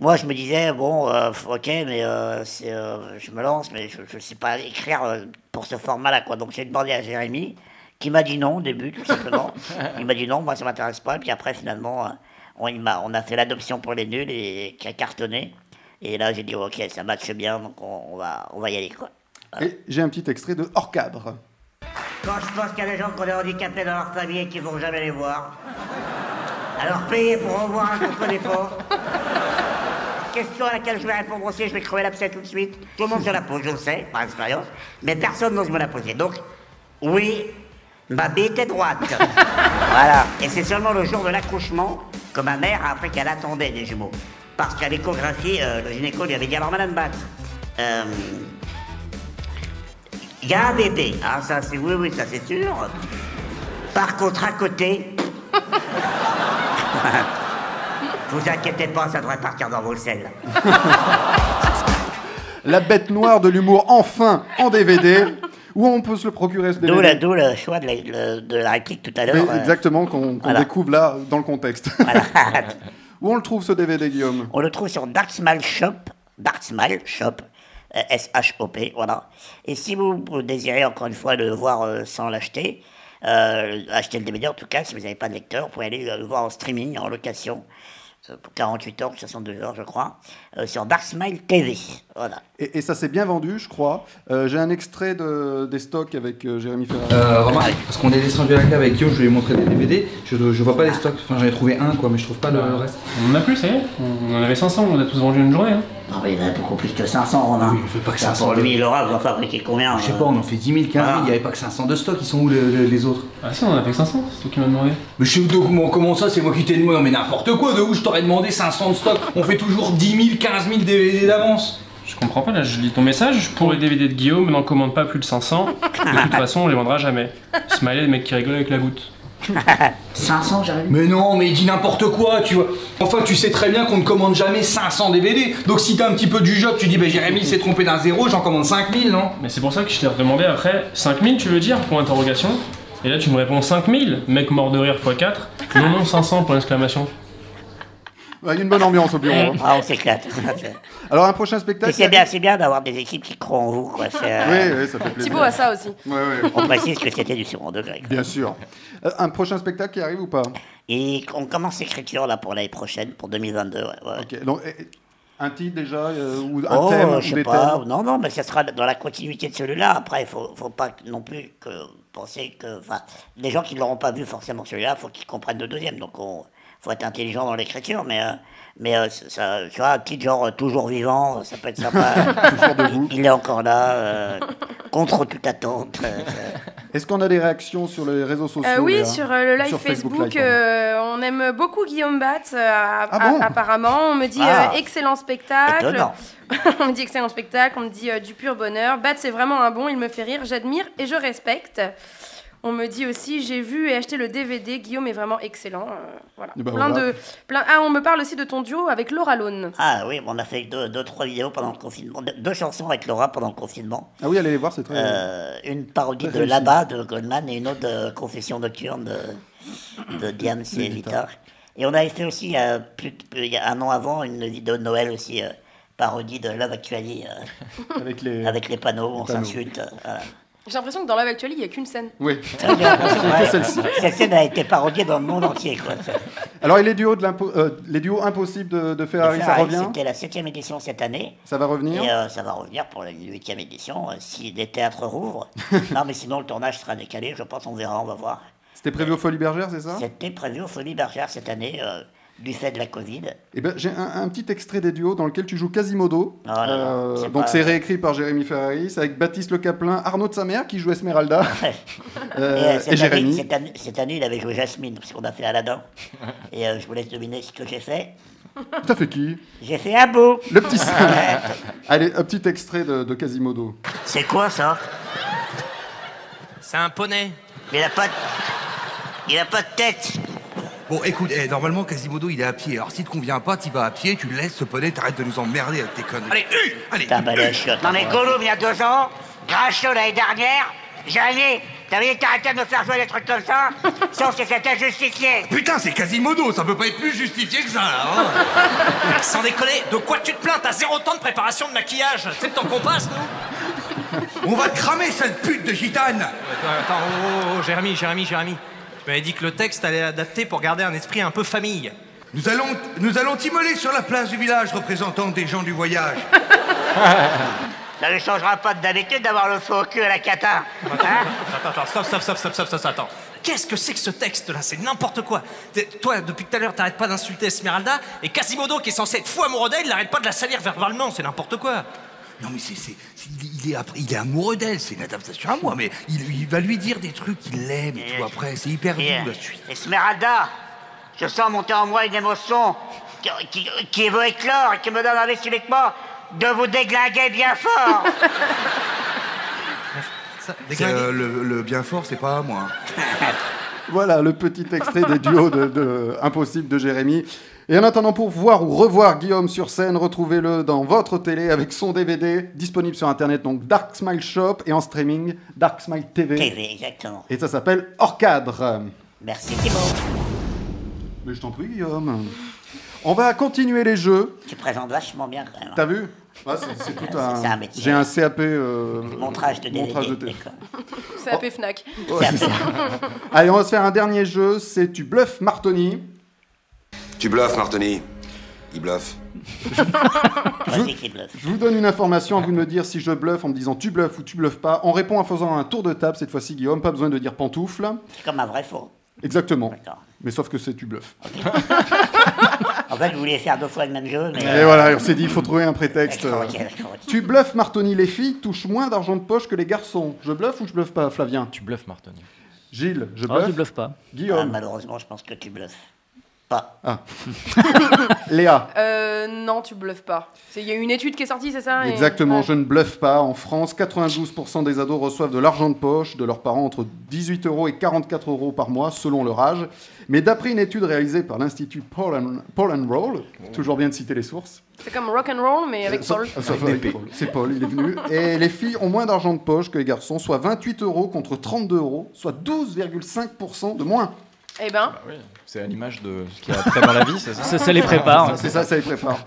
Speaker 4: Moi, je me disais, bon, euh, f- ok, mais euh, c'est, euh, je me lance, mais je ne sais pas écrire euh, pour ce format-là, quoi. Donc, j'ai demandé à Jérémy, qui m'a dit non au début, tout simplement. il m'a dit non, moi, ça m'intéresse pas. Puis après, finalement, euh, on, il m'a- on a fait l'adoption pour les nuls et qui a cartonné. Et là, j'ai dit, ok, ça matche bien, donc on, on va, on va y aller, quoi.
Speaker 2: Et j'ai un petit extrait de Hors cadre.
Speaker 4: Quand je pense qu'il y a des gens qui ont des handicapés dans leur famille et qui vont jamais les voir, alors payez pour revoir un contre défaut. Question à laquelle je vais répondre aussi, je vais crever l'abcès tout de suite. Tout le monde se la pose, je le sais, par expérience, mais personne n'ose me la poser. Donc, oui, ma bite est droite. voilà. Et c'est seulement le jour de l'accouchement que ma mère, après qu'elle attendait des jumeaux, parce qu'à euh, l'échographie, euh, le gynéco lui avait dit alors, madame Bat, Il y a un bébé, hein, ça c'est oui, oui, ça c'est sûr. Par contre, à côté, vous inquiétez pas, ça devrait partir dans vos selles.
Speaker 2: La bête noire de l'humour, enfin en DVD. Où on peut se le procurer ce
Speaker 4: D'où le,
Speaker 2: DVD
Speaker 4: d'où le choix de la, le- de la réplique tout à l'heure.
Speaker 2: Mais
Speaker 4: euh,
Speaker 2: Exactement, qu'on qu'on
Speaker 4: voilà.
Speaker 2: découvre là dans le contexte. Où on le trouve ce DVD, Guillaume
Speaker 4: On le trouve sur Darksmal Shop. Darksmal Shop. euh, S-H-O-P, voilà. Et si vous vous désirez encore une fois le voir euh, sans l'acheter, euh, acheter le DVD en tout cas, si vous n'avez pas de lecteur, vous pouvez aller euh, le voir en streaming, en location, euh, pour 48 heures, 62 heures, je crois, euh, sur Darksmile TV. Voilà.
Speaker 2: Et, et ça s'est bien vendu, je crois. Euh, J'ai un extrait de- des stocks avec euh, Jérémy Ferrari.
Speaker 13: Euh, remarque, parce qu'on est descendu à la cave avec Yo, je lui ai montré des DVD, je, je vois pas les stocks, enfin j'en ai trouvé un quoi, mais je trouve pas le reste.
Speaker 14: On en a plus, ça y est. On en avait 500, on a tous vendu une journée. Hein.
Speaker 4: Non, mais Ah, il y en a beaucoup plus que 500, Romain.
Speaker 13: on fait pas que
Speaker 4: Ça,
Speaker 13: 500.
Speaker 4: Pour lui, il aura, vous en fabriquez combien
Speaker 13: Je sais
Speaker 4: euh,
Speaker 13: pas, on en fait 10 000, 15 000, il
Speaker 4: voilà.
Speaker 13: n'y avait pas que 500 de stock, ils sont où le- le- les autres
Speaker 14: Ah si, on en a fait 500, c'est toi qui m'as demandé.
Speaker 13: Mais je sais où, comment, comment ça, c'est moi qui t'ai demandé, non mais n'importe quoi, de où je t'aurais demandé 500 de stock On fait toujours 10 000, 15 000 DVD d'avance
Speaker 14: Je comprends pas, là je lis ton message. Pour les DVD de Guillaume, n'en commande pas plus de 500. De toute façon, on les vendra jamais. Smiley, le mec qui rigole avec la goutte.
Speaker 4: 500, j'arrive.
Speaker 13: Mais non, mais il dit n'importe quoi, tu vois. Enfin, tu sais très bien qu'on ne commande jamais 500 DVD. Donc si t'as un petit peu du job, tu dis, bah Jérémy s'est trompé d'un zéro, j'en commande 5000, non
Speaker 14: Mais c'est pour ça que je t'ai demandé après 5000, tu veux dire Point d'interrogation. Et là, tu me réponds 5000, mec mort de rire x4. Non, non, 500, point d'exclamation.
Speaker 2: Il y a une bonne ambiance au bureau. hein.
Speaker 4: Ah, on s'éclate.
Speaker 2: Alors, un prochain spectacle
Speaker 4: Mais c'est bien, c'est bien d'avoir des équipes qui croient en vous, quoi. c'est, euh,
Speaker 2: Oui, oui, ça fait plaisir.
Speaker 5: Thibaut a ça aussi.
Speaker 4: On précise que c'était du second degré.
Speaker 2: Bien sûr. Euh, un prochain spectacle qui arrive ou pas
Speaker 4: Et on commence l'écriture là pour l'année prochaine, pour 2022. ouais, ouais.
Speaker 2: Donc, eh, eh, Un titre déjà euh, ou un
Speaker 4: Oh,
Speaker 2: thème
Speaker 4: je
Speaker 2: ou
Speaker 4: sais
Speaker 2: des
Speaker 4: pas.
Speaker 2: thèmes
Speaker 4: Non, non, mais ça sera dans la continuité de celui-là. Après, il faut, faut pas non plus que penser que. Enfin, les gens qui ne l'auront pas vu forcément celui-là, faut qu'ils comprennent le deuxième. Donc, on faut être intelligent dans l'écriture, mais. euh, mais euh, ça, tu vois, un petit genre euh, toujours vivant, ça peut être sympa. il, il est encore là, euh, contre toute attente. euh,
Speaker 2: Est-ce qu'on a des réactions sur les réseaux sociaux
Speaker 5: Euh, oui,
Speaker 2: Léa
Speaker 5: sur euh, le live Facebook,
Speaker 2: Live, pardon.
Speaker 5: euh, on aime beaucoup Guillaume Batz, euh, a-
Speaker 2: Ah bon
Speaker 5: a- apparemment. On me dit
Speaker 2: Ah.
Speaker 5: euh, excellent spectacle.
Speaker 2: Étonnant.
Speaker 5: on me dit excellent spectacle, on me dit euh, du pur bonheur. Batz c'est vraiment un bon, il me fait rire, j'admire et je respecte. On me dit aussi, j'ai vu et acheté le DVD, Guillaume est vraiment excellent. euh, voilà.
Speaker 4: Eh ben
Speaker 5: plein
Speaker 4: voilà.
Speaker 5: de, plein... Ah, on me parle aussi de ton duo avec Laura Lone.
Speaker 4: Ah oui, on a fait deux, deux, trois vidéos pendant le confinement, deux- deux chansons avec Laura pendant le confinement.
Speaker 2: Ah oui, allez les voir, c'est très.
Speaker 4: Euh, une parodie
Speaker 2: Très
Speaker 4: de
Speaker 2: réussi.
Speaker 4: Là-bas de Goldman et une autre de Confession nocturne de, de Diams et Vita. Et on avait fait aussi, il y a plus de- plus- il y a un an avant, une vidéo de Noël aussi, euh, parodie de Love Actually. euh,
Speaker 2: avec, les...
Speaker 4: panneaux, on
Speaker 2: panneaux.
Speaker 4: s'insulte. euh, voilà.
Speaker 5: J'ai l'impression que dans Love Actually, il n'y a qu'une scène.
Speaker 2: Oui.
Speaker 4: Ouais,
Speaker 2: que celle-ci.
Speaker 4: Cette scène a été parodiée dans le monde entier. Quoi.
Speaker 2: Alors, et les duos, de l'impo- euh, les duos impossibles de, de Ferrari, Ah ça
Speaker 4: Ferrari,
Speaker 2: revient
Speaker 4: C'était la septième édition cette année.
Speaker 2: Ça va revenir
Speaker 4: Et euh, ça va revenir pour la huitième édition, euh, si les théâtres rouvrent. non, mais sinon, le tournage sera décalé, je pense, on verra, on va voir.
Speaker 2: C'était prévu aux Folies Bergères, c'est ça
Speaker 4: C'était prévu au Folie Bergère cette année, euh, du fait de la Covid.
Speaker 2: Eh ben, j'ai un, un petit extrait des duos dans lequel tu joues Quasimodo.
Speaker 4: Oh là là,
Speaker 2: Euh,
Speaker 4: c'est
Speaker 2: donc
Speaker 4: pas-
Speaker 2: c'est réécrit par Jérémy Ferrari, c'est avec Baptiste Le Caplin, Arnaud de sa mère qui joue Esmeralda
Speaker 4: Et, euh,
Speaker 2: euh, et,
Speaker 4: cette, année,
Speaker 2: Jérémy.
Speaker 4: cette, année, cette année, il avait joué Jasmine, parce qu'on a fait Aladdin. Et euh, je vous laisse deviner ce que j'ai fait.
Speaker 2: T'as fait qui
Speaker 4: J'ai fait un beau.
Speaker 2: Le petit. Allez, un petit extrait de, de Quasimodo.
Speaker 4: C'est quoi ça
Speaker 15: C'est un poney.
Speaker 4: Mais il a pas de... Il a pas de tête.
Speaker 16: Bon, écoute, eh, normalement, Quasimodo, il est à pied. Alors, si te convient pas, t'y vas à pied, tu le laisses, ce poney, t'arrêtes de nous emmerder avec tes conneries. Allez, hue Allez
Speaker 4: T'as balai à chiottes. Non mais Gollum, il y a deux ans, Gracho l'année dernière, Jérémy, t'avais dit que t'arrêtais de me faire jouer des trucs comme ça, sauf que c'était justifié.
Speaker 16: Putain, c'est Quasimodo, ça peut pas être plus justifié que ça, là, hein
Speaker 15: ah, Sans déconner, de quoi tu te plains T'as zéro temps de préparation de maquillage. C'est le temps qu'on passe, nous
Speaker 16: On va te cramer, sale pute de gitane
Speaker 15: Attends, attends, oh, oh, oh, Jérémy, Jérémy, Jérémy. Tu m'avais dit que le texte allait adapter pour garder un esprit un peu famille.
Speaker 16: Nous allons, nous allons t'immoler sur la place du village, représentant des gens du voyage.
Speaker 4: Ça ne changera pas de d'habitude d'avoir le faux cul à la cata. Hein
Speaker 15: Attends, attends, stop, stop, stop, stop, stop, stop, stop, attends. Qu'est-ce que c'est que ce texte-là C'est n'importe quoi. T'es- Toi, depuis tout à l'heure, t'arrêtes pas d'insulter Esmeralda, et Quasimodo, qui est censé être fou amoureux d'elle, il n'arrête pas de la salir verbalement, c'est n'importe quoi.
Speaker 16: Non, mais c'est, c'est- c'est- il, est, après- il est amoureux d'elle, c'est une adaptation à moi, mais il, il va lui dire des trucs qu'il aime et tout après, c'est hyper doux,
Speaker 4: Yeah.
Speaker 16: la suite.
Speaker 4: Esmeralda, je sens monter en moi une émotion qui, qui, qui veut éclore et qui me donne envie subitement de vous déglinguer bien fort.
Speaker 16: C'est, euh, le, le bien fort, c'est pas à moi.
Speaker 2: Voilà le petit extrait des duos de, de Impossible de Jérémy. Et en attendant, pour voir ou revoir Guillaume sur scène, retrouvez-le dans votre télé avec son DVD, disponible sur internet, donc Dark Smile Shop et en streaming Dark Smile TV.
Speaker 4: TV, exactement.
Speaker 2: Et ça s'appelle Hors Cadre.
Speaker 4: Merci Thibaut.
Speaker 2: Mais je t'en prie, Guillaume. On va continuer les jeux.
Speaker 4: Tu présentes vachement bien quand même. hein.
Speaker 2: T'as vu Ouais, c'est- c'est tout un-
Speaker 4: ça, un métier.
Speaker 2: J'ai un CAP. euh,
Speaker 4: Montrage de
Speaker 2: montrage de
Speaker 4: DVD,
Speaker 2: thé. Oh.
Speaker 5: CAP Fnac.
Speaker 2: Ouais, c'est ça. Allez, on va se faire un dernier jeu. C'est Tu bluffes Martoni.
Speaker 17: Tu bluffes, Martoni. Il bluffe.
Speaker 4: Vas-y qui bluffe.
Speaker 2: Je vous donne une information à vous de me dire si je bluffe en me disant tu bluffes ou tu bluffes pas. On répond en faisant un tour de table. Cette fois-ci, Guillaume, pas besoin de dire pantoufle.
Speaker 4: C'est comme un vrai faux.
Speaker 2: Exactement. Mais sauf que c'est tu bluffes.
Speaker 4: En fait, je voulais faire deux fois le même jeu, mais.
Speaker 2: Et voilà, on s'est dit, il faut trouver un prétexte.
Speaker 4: D'accord, ok, d'accord, ok.
Speaker 2: Tu bluffes, Martoni, les filles touchent moins d'argent de poche que les garçons. Je bluffe ou je bluffe pas, Flavien Tu
Speaker 6: bluffes, Martoni.
Speaker 2: Gilles, je
Speaker 4: Ah,
Speaker 3: Oh,
Speaker 2: bluffe.
Speaker 4: tu bluffes pas.
Speaker 2: Guillaume.
Speaker 4: Ah, malheureusement, je pense que tu bluffes. Pas.
Speaker 2: Ah.
Speaker 4: bah.
Speaker 2: Léa.
Speaker 5: Euh, non, tu bluffes pas. C'est- Il y a une étude qui est sortie, c'est ça et-
Speaker 2: Exactement,
Speaker 5: Ouais.
Speaker 2: je ne bluffe pas. En France, 92% des ados reçoivent de l'argent de poche de leurs parents entre 18 euros et 44 euros par mois, selon leur âge. Mais d'après une étude réalisée par l'Institut Paul and, Paul and Roll, toujours bien de citer les sources,
Speaker 5: C'est comme rock and roll, mais avec
Speaker 2: euh,
Speaker 5: Paul.
Speaker 2: sauf- sauf avec Paul. c'est Paul, il est venu, et les filles ont moins d'argent de poche que les garçons, soit 28 euros contre 32 euros, soit 12,5% de moins.
Speaker 5: Eh ben,
Speaker 6: C'est à l'image de ce qu'il y a après dans la vie, c'est ça
Speaker 3: Ah, hein.
Speaker 2: C'est ça, ça les prépare.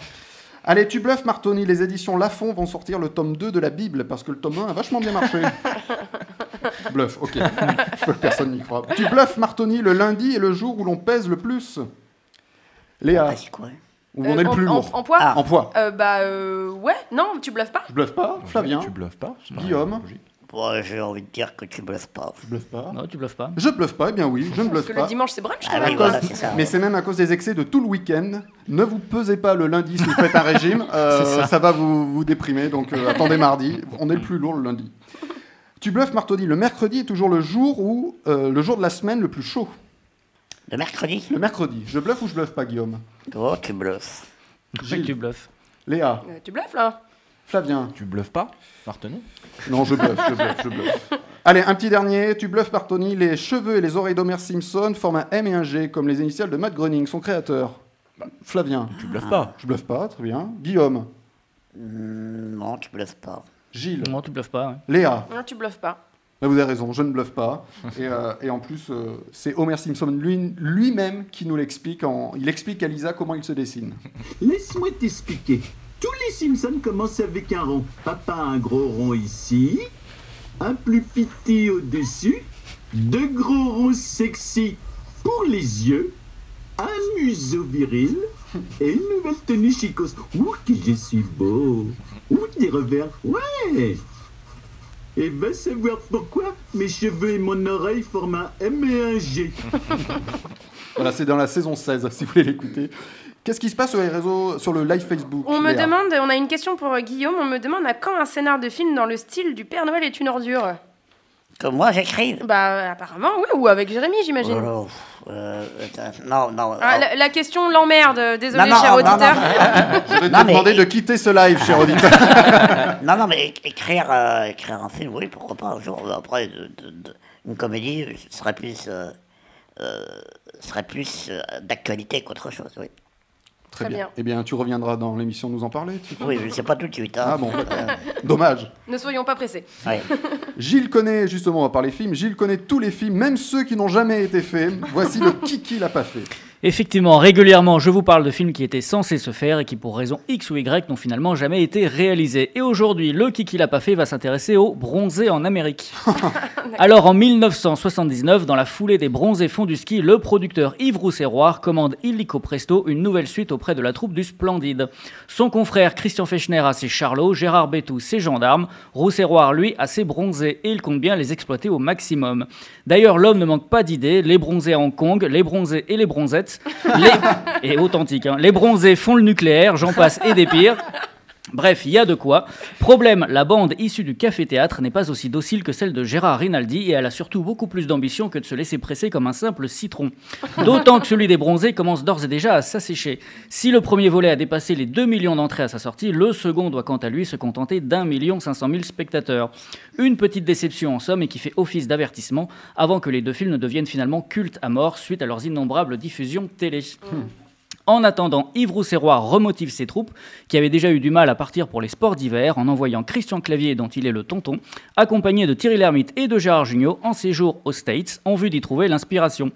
Speaker 2: Allez, tu bluffes, Martoni. Les éditions Lafon vont sortir le tome 2 de la Bible parce que le tome 1 a vachement bien marché. Bluff, ok. Personne n'y croit. Tu bluffes, Martoni. Le lundi est le jour où l'on pèse le plus.
Speaker 4: Ah,
Speaker 2: Léa. Où on
Speaker 5: euh,
Speaker 2: est le plus
Speaker 5: en,
Speaker 2: lourd.
Speaker 5: En, en poids
Speaker 2: En poids.
Speaker 5: Euh, Bah, euh, ouais, non, tu bluffes pas.
Speaker 2: Je bluffe pas, Flavien.
Speaker 6: Tu bluffes pas
Speaker 2: Guillaume.
Speaker 4: Bon, j'ai envie de dire que tu bluffes pas.
Speaker 2: Je bluffe pas.
Speaker 3: Non, tu bluffes pas.
Speaker 2: Je bluffe pas, eh bien oui, je ne
Speaker 5: Parce
Speaker 2: bluffe
Speaker 5: que
Speaker 2: pas.
Speaker 5: le dimanche, c'est brunch
Speaker 2: À
Speaker 5: quand même.
Speaker 2: cause- Mais c'est même à cause des excès de tout le week-end. Ne vous pesez pas le lundi si vous faites un régime, euh,
Speaker 6: C'est
Speaker 2: ça.
Speaker 6: ça.
Speaker 2: va vous, vous déprimer. Donc euh, attendez mardi, on est le plus lourd le lundi. Tu bluffes, Martoni. Le mercredi est toujours le jour où euh, le jour de la semaine le plus chaud.
Speaker 4: Le mercredi.
Speaker 2: Le mercredi. Je bluffe ou je bluffe pas, Guillaume
Speaker 4: Oh, tu bluffes.
Speaker 2: tu
Speaker 3: bluffes.
Speaker 2: Léa,
Speaker 5: Euh, tu bluffes là
Speaker 2: Flavien.
Speaker 6: Tu bluffes pas, Martoni
Speaker 2: Non, je bluffe, je bluffe, je bluffe. Allez, un petit dernier. Tu bluffes, Martoni. Les cheveux et les oreilles d'Homer Simpson forment un M et un G, comme les initiales de Matt Groening, son créateur. Flavien. Tu
Speaker 6: bluffes pas.
Speaker 2: Je bluffe pas, très bien. Guillaume.
Speaker 4: Hmm, non, tu bluffes pas.
Speaker 2: Gilles.
Speaker 3: Non, tu bluffes pas.
Speaker 2: Léa.
Speaker 5: Non, tu bluffes pas.
Speaker 2: Là, vous avez raison, je ne bluffe pas. Et, euh, et en plus, euh, c'est Homer Simpson lui- lui-même qui nous l'explique. en- Il explique à Lisa comment il se dessine.
Speaker 7: Laisse-moi t'expliquer. Tous les Simpsons commencent avec un rond. Papa a un gros rond ici, un plus petit au-dessus, deux gros ronds sexy pour les yeux, un museau viril et une nouvelle tenue chicose. Ouh, que je suis beau. Ouh, des revers. Ouais. Eh Et va savoir pourquoi mes cheveux et mon oreille forment un M et un G.
Speaker 2: Voilà, c'est dans la saison 16, si vous voulez l'écouter. Qu'est-ce qui se passe sur les réseaux, sur le live Facebook
Speaker 5: On me
Speaker 2: Léa
Speaker 5: demande, on a une question pour euh, Guillaume, on me demande à quand un scénar de film dans le style du Père Noël est une ordure
Speaker 4: Que moi j'écrive
Speaker 5: Bah, apparemment, oui, ou avec Jérémy, j'imagine.
Speaker 4: Oh, pff, euh, attends, non, non.
Speaker 5: Ah,
Speaker 4: oh.
Speaker 5: la, la question l'emmerde, euh, désolé,
Speaker 4: Non, non,
Speaker 5: cher
Speaker 4: oh, non,
Speaker 5: auditeur.
Speaker 4: non.
Speaker 2: Je vais
Speaker 4: Non,
Speaker 2: te
Speaker 4: mais-
Speaker 2: demander de quitter ce live, cher auditeur.
Speaker 4: oh, non, non, mais é- écrire, euh, écrire un film, oui, pourquoi pas un jour. mais Après, de- de- de- une comédie ce serait plus, euh, euh, ce serait plus euh, d'actualité qu'autre chose, oui.
Speaker 2: Très,
Speaker 5: Très
Speaker 2: bien.
Speaker 5: bien.
Speaker 2: Eh bien, tu reviendras dans l'émission nous en parler. tu
Speaker 4: Oui, mais c'est pas tout de suite. hein.
Speaker 2: Ah bon, d'accord. dommage.
Speaker 5: Ne soyons pas pressés.
Speaker 2: Gilles connaît, justement, on va parler films. Gilles connaît tous les films, même ceux qui n'ont jamais été faits. Voici le Kiki l'a pas fait.
Speaker 3: Effectivement, régulièrement, je vous parle de films qui étaient censés se faire et qui, pour raison X ou Y, n'ont finalement jamais été réalisés. Et aujourd'hui, le Kiki l'a pas fait va s'intéresser aux bronzés en Amérique. Alors, en 1979, dans la foulée des bronzés fonds du ski, le producteur Yves Rousserroir commande illico presto une nouvelle suite auprès de la troupe du Splendide. Son confrère Christian Fechner a ses charlots, Gérard Bétou ses gendarmes, Rousserroir, lui, a ses bronzés et il compte bien les exploiter au maximum. D'ailleurs, l'homme ne manque pas d'idées, les bronzés à Hong Kong, les bronzés et les bronzettes, les... et authentique, hein. les bronzés font le nucléaire, j'en passe et des pires. Bref, il y a de quoi. Problème, la bande issue du café-théâtre n'est pas aussi docile que celle de Gérard Rinaldi et elle a surtout beaucoup plus d'ambition que de se laisser presser comme un simple citron. D'autant que celui des bronzés commence d'ores et déjà à s'assécher. Si le premier volet a dépassé les 2 millions d'entrées à sa sortie, le second doit quant à lui se contenter d'un million 500 000 spectateurs. Une petite déception en somme et qui fait office d'avertissement avant que les deux films ne deviennent finalement cultes à mort suite à leurs innombrables diffusions télé. En attendant, Yves Rousserrois remotive ses troupes, qui avaient déjà eu du mal à partir pour les sports d'hiver, en envoyant Christian Clavier, dont il est le tonton, accompagné de Thierry Lhermitte et de Gérard Jugnot, en séjour aux States, en vue d'y trouver l'inspiration.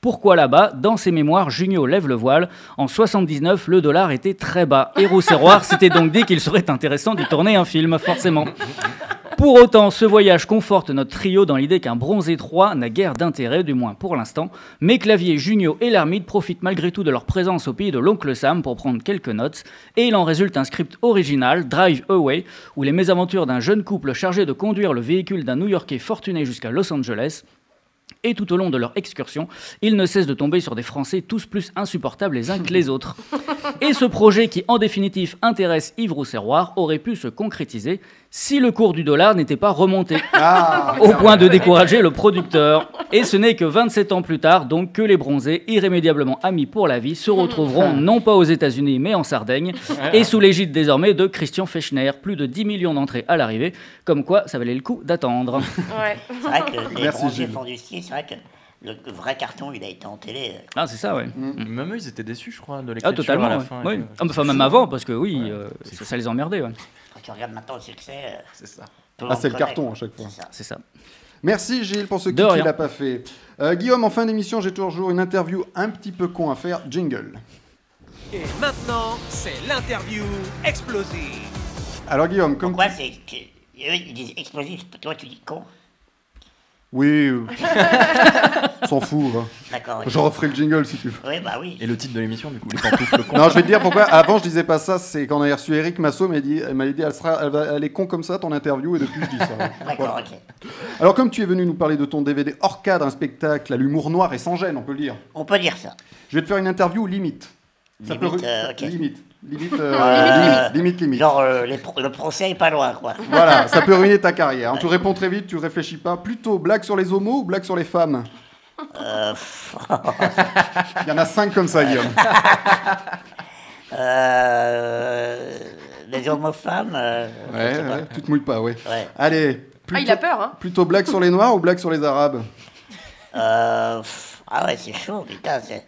Speaker 3: Pourquoi là-bas Dans ses mémoires, Jugnot lève le voile. En 79, le dollar était très bas. Et Rousserrois s'était donc dit qu'il serait intéressant d'y tourner un film, forcément. Pour autant, ce voyage conforte notre trio dans l'idée qu'un bronzé 3 n'a guère d'intérêt, du moins pour l'instant, mais Clavier, Junio et l'ermite profitent malgré tout de leur présence au pays de l'oncle Sam pour prendre quelques notes, et il en résulte un script original, Drive Away, où les mésaventures d'un jeune couple chargé de conduire le véhicule d'un New-Yorkais fortuné jusqu'à Los Angeles et tout au long de leur excursion, ils ne cessent de tomber sur des Français tous plus insupportables les uns que les autres. Et ce projet qui, en définitive, intéresse Yves Rousserroir aurait pu se concrétiser si le cours du dollar n'était pas remonté,
Speaker 6: Ah,
Speaker 2: Ah,
Speaker 3: au point de décourager le producteur. Et ce n'est que 27 ans plus tard, donc, que les bronzés, irrémédiablement amis pour la vie, se
Speaker 6: Hmm. Ah.
Speaker 3: retrouveront non pas aux États-Unis mais en Sardaigne, et sous l'égide désormais de Christian Fechner. Plus de 10 millions d'entrées à l'arrivée, comme quoi ça valait le coup d'attendre.
Speaker 4: C'est vrai que les
Speaker 3: Merci,
Speaker 4: bronzés
Speaker 3: Gilles.
Speaker 4: font du ski, c'est vrai que le vrai carton, il a été en télé. euh,
Speaker 3: Ah, c'est ça, ouais.
Speaker 6: Même eux, ils étaient déçus, je crois, de l'écriture
Speaker 3: Ah, totalement.
Speaker 6: Mm, à la
Speaker 3: ouais.
Speaker 6: fin.
Speaker 3: Oui. Ah, Enfin, même avant, parce que oui, euh, ça, ça les emmerdait. ouais.
Speaker 4: Quand tu regardes maintenant le succès. euh,
Speaker 6: C'est ça.
Speaker 2: Ah, c'est le carton à chaque fois.
Speaker 3: C'est ça.
Speaker 2: Merci Gilles pour ce qui
Speaker 3: De
Speaker 2: ne
Speaker 3: rien.
Speaker 2: l'a pas fait. Euh, Guillaume, en fin d'émission, j'ai toujours une interview un petit peu con à faire. Jingle.
Speaker 1: Et maintenant, c'est l'interview explosive.
Speaker 2: Alors Guillaume, comme...
Speaker 4: Pourquoi c'est. que- Eux, ils disent explosif, toi tu dis con.
Speaker 2: Oui, euh, s'en fout. va.
Speaker 4: D'accord, ok.
Speaker 2: Je referai le jingle si tu veux.
Speaker 4: Oui, bah oui.
Speaker 6: Et le titre de l'émission, du coup, les pantoufles cons.
Speaker 2: Non, je vais te dire pourquoi. Avant, je disais pas ça. C'est quand on a reçu Eric Massot, elle m'a dit, elle, m'a dit elle, sera- elle va- elle est con comme ça, ton interview, et depuis, je dis ça.
Speaker 4: D'accord, ok.
Speaker 2: Alors, comme tu es venu nous parler de ton DVD hors cadre, un spectacle à l'humour noir et sans gêne, on peut le dire.
Speaker 4: On peut dire ça.
Speaker 2: Je vais te faire une interview limite.
Speaker 4: Limite, euh, ok.
Speaker 2: Limite. Limite, euh,
Speaker 4: Euh,
Speaker 2: limite, limite, limite.
Speaker 4: Genre, euh, les pro- le procès est pas loin, quoi.
Speaker 2: Voilà, ça peut ruiner ta carrière. hein. Tu réponds très vite, tu réfléchis pas. Plutôt blague sur les homos ou blague sur les femmes
Speaker 4: Euh,
Speaker 2: Il y en a cinq comme ça, Guillaume.
Speaker 4: euh, les homophobes. euh, je
Speaker 2: Ouais,
Speaker 4: sais pas.
Speaker 2: ouais, tu te mouilles pas, ouais.
Speaker 4: Ouais.
Speaker 2: Allez.
Speaker 5: Ah, il a peur, hein.
Speaker 2: Plutôt blague sur les noirs ou blague sur les arabes
Speaker 4: Euh, pff, ah ouais, c'est chaud, putain. c'est-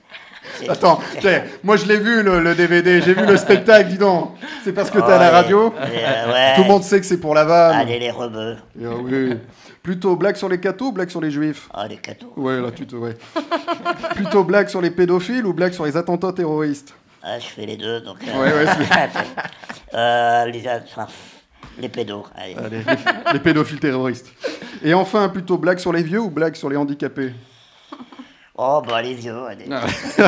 Speaker 4: c'est-
Speaker 2: Attends,
Speaker 4: c'est-
Speaker 2: tiens, moi je l'ai vu le, le DVD, j'ai vu le spectacle, dis donc. C'est parce que t'es à la
Speaker 4: Ouais,
Speaker 2: radio
Speaker 4: euh, ouais.
Speaker 2: Tout le monde sait que c'est pour la vanne.
Speaker 4: Allez, les rebeux.
Speaker 2: Et, ah oui. Plutôt blague sur les cathos ou blague sur les juifs
Speaker 4: Ah, les cathos.
Speaker 2: Ouais, là tu te. Ouais. Plutôt blague sur les pédophiles ou blague sur les attentats terroristes
Speaker 4: Ah, je fais les deux, donc. euh,
Speaker 2: Ouais, ouais,
Speaker 4: euh, les, enfin, les pédos. Allez.
Speaker 2: Allez, les, les pédophiles terroristes. Et enfin, plutôt blague sur les vieux ou blague sur les handicapés
Speaker 4: Oh, bah, les vieux. Allez.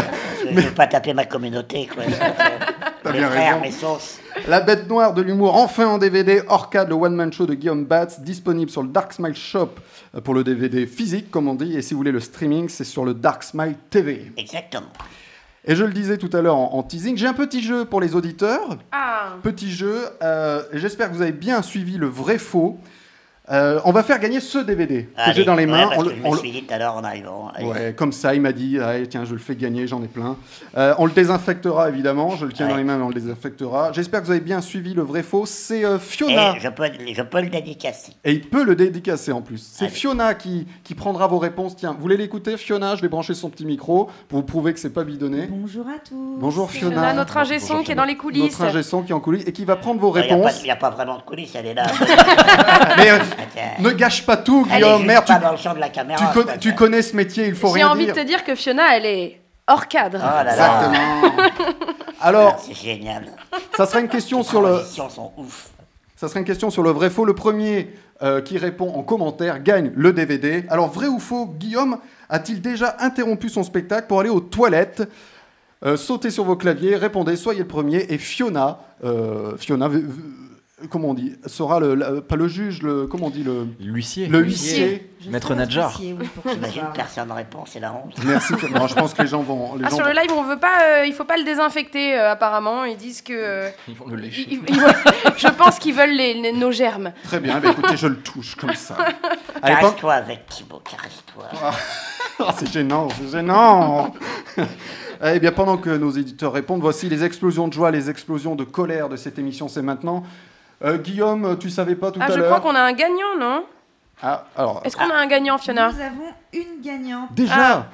Speaker 4: je vais pas taper ma communauté, quoi. mes
Speaker 2: bien raison.
Speaker 4: frères, mes sauces.
Speaker 2: La bête noire de l'humour, enfin en DVD, Orcade, le one-man show de Guillaume Batz, disponible sur le Dark Smile Shop euh, pour le DVD physique, comme on dit, et si vous voulez le streaming, c'est sur le Dark Smile TV.
Speaker 4: Exactement.
Speaker 2: Et je le disais tout à l'heure en, en teasing, j'ai un petit jeu pour les auditeurs.
Speaker 5: Ah.
Speaker 2: Petit jeu, euh, j'espère que vous avez bien suivi le vrai faux. Euh, on va faire gagner ce DVD que j'ai
Speaker 4: Allez,
Speaker 2: dans les
Speaker 4: ouais,
Speaker 2: mains.
Speaker 4: parce
Speaker 2: On
Speaker 4: que
Speaker 2: le-
Speaker 4: je
Speaker 2: on
Speaker 4: me
Speaker 2: le-
Speaker 4: suis dit tout à l'heure en arrivant. hein. Allez.
Speaker 2: Ouais, comme ça, il m'a dit, Allez, tiens, je le fais gagner, j'en ai plein. Euh, on le désinfectera, évidemment. Je le tiens dans les mains, mais on le désinfectera. J'espère que vous avez bien suivi le vrai faux. C'est euh, Fiona.
Speaker 4: Et Eh, je peux, je peux le dédicacer.
Speaker 2: Et il peut le dédicacer en plus. C'est Fiona qui, qui prendra vos réponses. Tiens, vous voulez l'écouter Fiona, je vais brancher son petit micro pour vous prouver que c'est pas bidonné.
Speaker 5: Bonjour à tous.
Speaker 2: Bonjour Fiona.
Speaker 5: Fiona, notre ingé son
Speaker 2: Bonjour,
Speaker 5: qui est
Speaker 2: Fiona.
Speaker 5: dans les coulisses.
Speaker 2: Notre ingé son qui est en coulisses et qui va prendre vos
Speaker 4: Il n'y a, pas-
Speaker 2: réponses.
Speaker 4: Oh, y a pas vraiment de coulisses, elle est là.
Speaker 2: Mais euh,
Speaker 4: Attends.
Speaker 2: ne gâche pas tout,
Speaker 4: Elle est
Speaker 2: Guillaume.
Speaker 4: juste
Speaker 2: Merde, tu,
Speaker 4: pas dans le champ de la caméra.
Speaker 2: tu
Speaker 4: quoi.
Speaker 2: connais, tu connais ce métier, il faut
Speaker 5: J'ai
Speaker 2: rien
Speaker 5: envie
Speaker 2: dire.
Speaker 5: de te dire que Fiona, elle est hors cadre.
Speaker 4: Oh là là.
Speaker 2: Exactement. Alors,
Speaker 4: Ah, C'est génial.
Speaker 2: ça sera une question sur
Speaker 4: Les
Speaker 2: le,
Speaker 4: transitions sont ouf.
Speaker 2: Ça serait une question sur le vrai faux. Le premier euh, qui répond en commentaire gagne le DVD. Alors, vrai ou faux, Guillaume a-t-il déjà interrompu son spectacle pour aller aux toilettes Euh, Sautez sur vos claviers, répondez, soyez le premier. Et Fiona, euh, Fiona, v- v- comment on dit Sera le, la- pas le juge, le comment on dit le
Speaker 6: l'huissier,
Speaker 2: le huissier,
Speaker 4: J'imagine que personne ne répond, c'est la honte.
Speaker 2: Merci. Non, je pense que les gens vont. Les
Speaker 5: Ah,
Speaker 2: gens
Speaker 5: sur le live, on veut pas, euh, il faut pas le désinfecter euh, apparemment. Ils disent que. euh,
Speaker 6: Ils vont le lécher.
Speaker 5: ils- ils- je pense qu'ils veulent les- les- nos germes.
Speaker 2: Très bien, bah écoutez, je le touche comme ça. À l'époque-
Speaker 4: Caresse-toi avec Thibaut, caresse-toi.
Speaker 2: Ah, c'est gênant, c'est gênant. Eh bien, pendant que nos éditeurs répondent, voici les explosions de joie, les explosions de colère de cette émission. C'est maintenant. Euh, Guillaume, tu savais pas tout
Speaker 5: Ah,
Speaker 2: à
Speaker 5: je
Speaker 2: l'heure.
Speaker 5: crois qu'on a un gagnant, non
Speaker 2: Ah, alors.
Speaker 5: Est-ce qu'on a un gagnant, Fiona
Speaker 18: Nous avons une gagnante.
Speaker 2: Déjà
Speaker 5: Ah.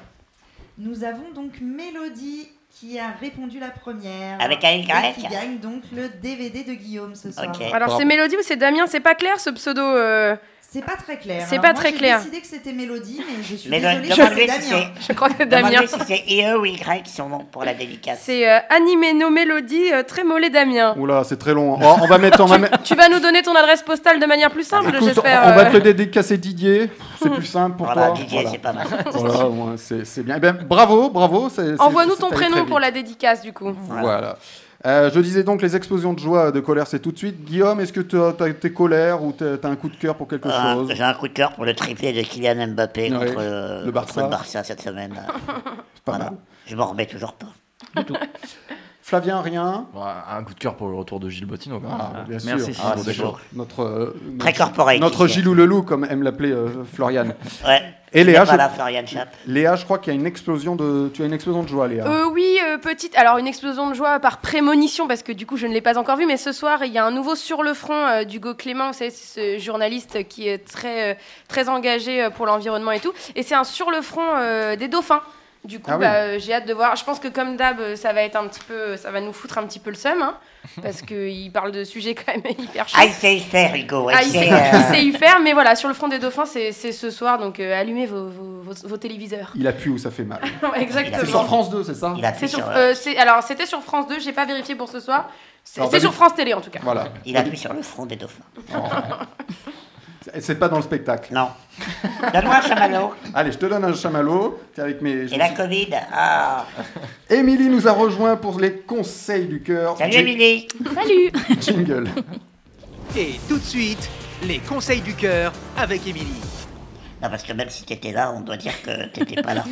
Speaker 18: Nous avons donc Mélodie qui a répondu la première.
Speaker 4: Avec un Y.
Speaker 18: Et Qui gagne donc le DVD de Guillaume ce soir.
Speaker 5: Alors, c'est Mélodie ou c'est Damien C'est pas clair ce pseudo. euh,
Speaker 18: C'est pas très clair.
Speaker 5: C'est
Speaker 18: Alors,
Speaker 5: pas
Speaker 18: Eh ben, moi,
Speaker 5: très clair.
Speaker 18: J'ai décidé que c'était Mélodie, mais je suis
Speaker 4: Mais
Speaker 18: désolée,
Speaker 4: le-
Speaker 18: je
Speaker 4: demande-lui
Speaker 18: c'est
Speaker 4: si
Speaker 18: Damien.
Speaker 4: c'est.
Speaker 5: Je crois que
Speaker 4: demande-lui
Speaker 5: Damien.
Speaker 4: si c'est IE ou Y son nom pour la dédicace.
Speaker 5: C'est euh, Animeno Mélodie, euh, Trémollet Damien.
Speaker 2: Oula, c'est très long. Oh, on va mettre. On va mettre-
Speaker 5: Tu vas nous donner ton adresse postale de manière plus simple,
Speaker 2: Écoute, on
Speaker 5: j'espère.
Speaker 2: va
Speaker 5: euh.
Speaker 2: te le dédicacer Didier. C'est plus simple pour
Speaker 4: Voilà,
Speaker 2: toi.
Speaker 4: Ah, Didier, c'est pas mal.
Speaker 2: Voilà, au moins, c'est c'est bien. Eh bien, bravo, bravo. c'est- c'est-
Speaker 5: Envoie-nous
Speaker 2: c'est
Speaker 5: ton
Speaker 2: allé
Speaker 5: prénom
Speaker 2: très
Speaker 5: pour
Speaker 2: vite.
Speaker 5: la dédicace, du coup.
Speaker 2: Voilà. Euh, je disais donc les explosions de joie, de colère, c'est tout de suite. Guillaume, est-ce que tu as, t'as- t'es colère ou t'as t'as un coup de cœur pour quelque
Speaker 4: Ah,
Speaker 2: chose
Speaker 4: J'ai un coup de cœur pour le triplé de Kylian Mbappé
Speaker 2: Ouais.
Speaker 4: contre, euh,
Speaker 2: Le Barça.
Speaker 4: contre le Barça cette semaine. Voilà. Je m'en remets toujours pas.
Speaker 2: Flavien, rien.
Speaker 6: un coup de cœur pour le retour de Gilles Bottino. quand
Speaker 2: Ah,
Speaker 6: même.
Speaker 2: bien sûr.
Speaker 6: Merci.
Speaker 2: Ah,
Speaker 6: Gilles
Speaker 2: c'est
Speaker 6: Bottino.
Speaker 2: sûr. notre, euh,
Speaker 4: Très
Speaker 2: notre-
Speaker 4: corporate,
Speaker 2: Notre
Speaker 4: ici.
Speaker 2: Gilou Lelou, comme aime l'appeler euh, Floriane.
Speaker 4: Ouais.
Speaker 2: Et Léa,
Speaker 4: Pas là, Florian Schaap.
Speaker 2: Léa, je crois qu'il y a une explosion de. Tu as une explosion de joie, Léa.
Speaker 5: Euh, oui, euh, petite. Alors, une explosion de joie par prémonition, parce que du coup, je ne l'ai pas encore vu, mais ce soir, il y a un nouveau Sur le front euh, d'Hugo Clément, vous savez, c'est ce journaliste qui est très, euh, très engagé euh, pour l'environnement et tout. Et c'est un Sur le front euh, des dauphins. Du coup,
Speaker 18: Ah oui.
Speaker 5: bah, euh, j'ai hâte de voir. Je pense que, comme d'hab, euh, ça va être un petit peu. Ça va nous foutre un petit peu le seum, hein, parce qu'il parle de sujets quand même hyper chauds.
Speaker 4: Ah, il sait y faire, Hugo.
Speaker 5: Ah, il, sait,
Speaker 4: euh,
Speaker 5: il sait y faire, mais voilà, sur le front des dauphins, c'est c'est ce soir, donc euh, allumez vos, vos- vos- vos téléviseurs.
Speaker 2: Il appuie où ça fait mal.
Speaker 5: Exactement.
Speaker 2: C'est sur France 2, c'est ça
Speaker 4: Il appuie
Speaker 5: C'est sur,
Speaker 2: hein.
Speaker 4: sur,
Speaker 5: euh, c'est- alors c'était sur France 2, j'ai pas vérifié pour ce soir. C'est
Speaker 2: Alors,
Speaker 5: c'est sur
Speaker 2: d'habitude-
Speaker 5: France Télé en tout cas.
Speaker 2: Voilà.
Speaker 4: Il appuie sur le front des dauphins.
Speaker 2: C'est- C'est pas dans le spectacle.
Speaker 4: Non. Donne-moi un chamallow.
Speaker 2: Allez, je te donne un chamallow. T'es avec mes.
Speaker 4: Et la Covid. Ah.
Speaker 2: Émilie nous a rejoint pour les conseils du cœur.
Speaker 4: Salut,
Speaker 2: Jing-
Speaker 4: Émilie.
Speaker 5: Salut
Speaker 2: Jingle.
Speaker 1: Et tout de suite, les conseils du cœur avec Émilie.
Speaker 4: Non, parce que même si t'étais là, on doit dire que t'étais pas là.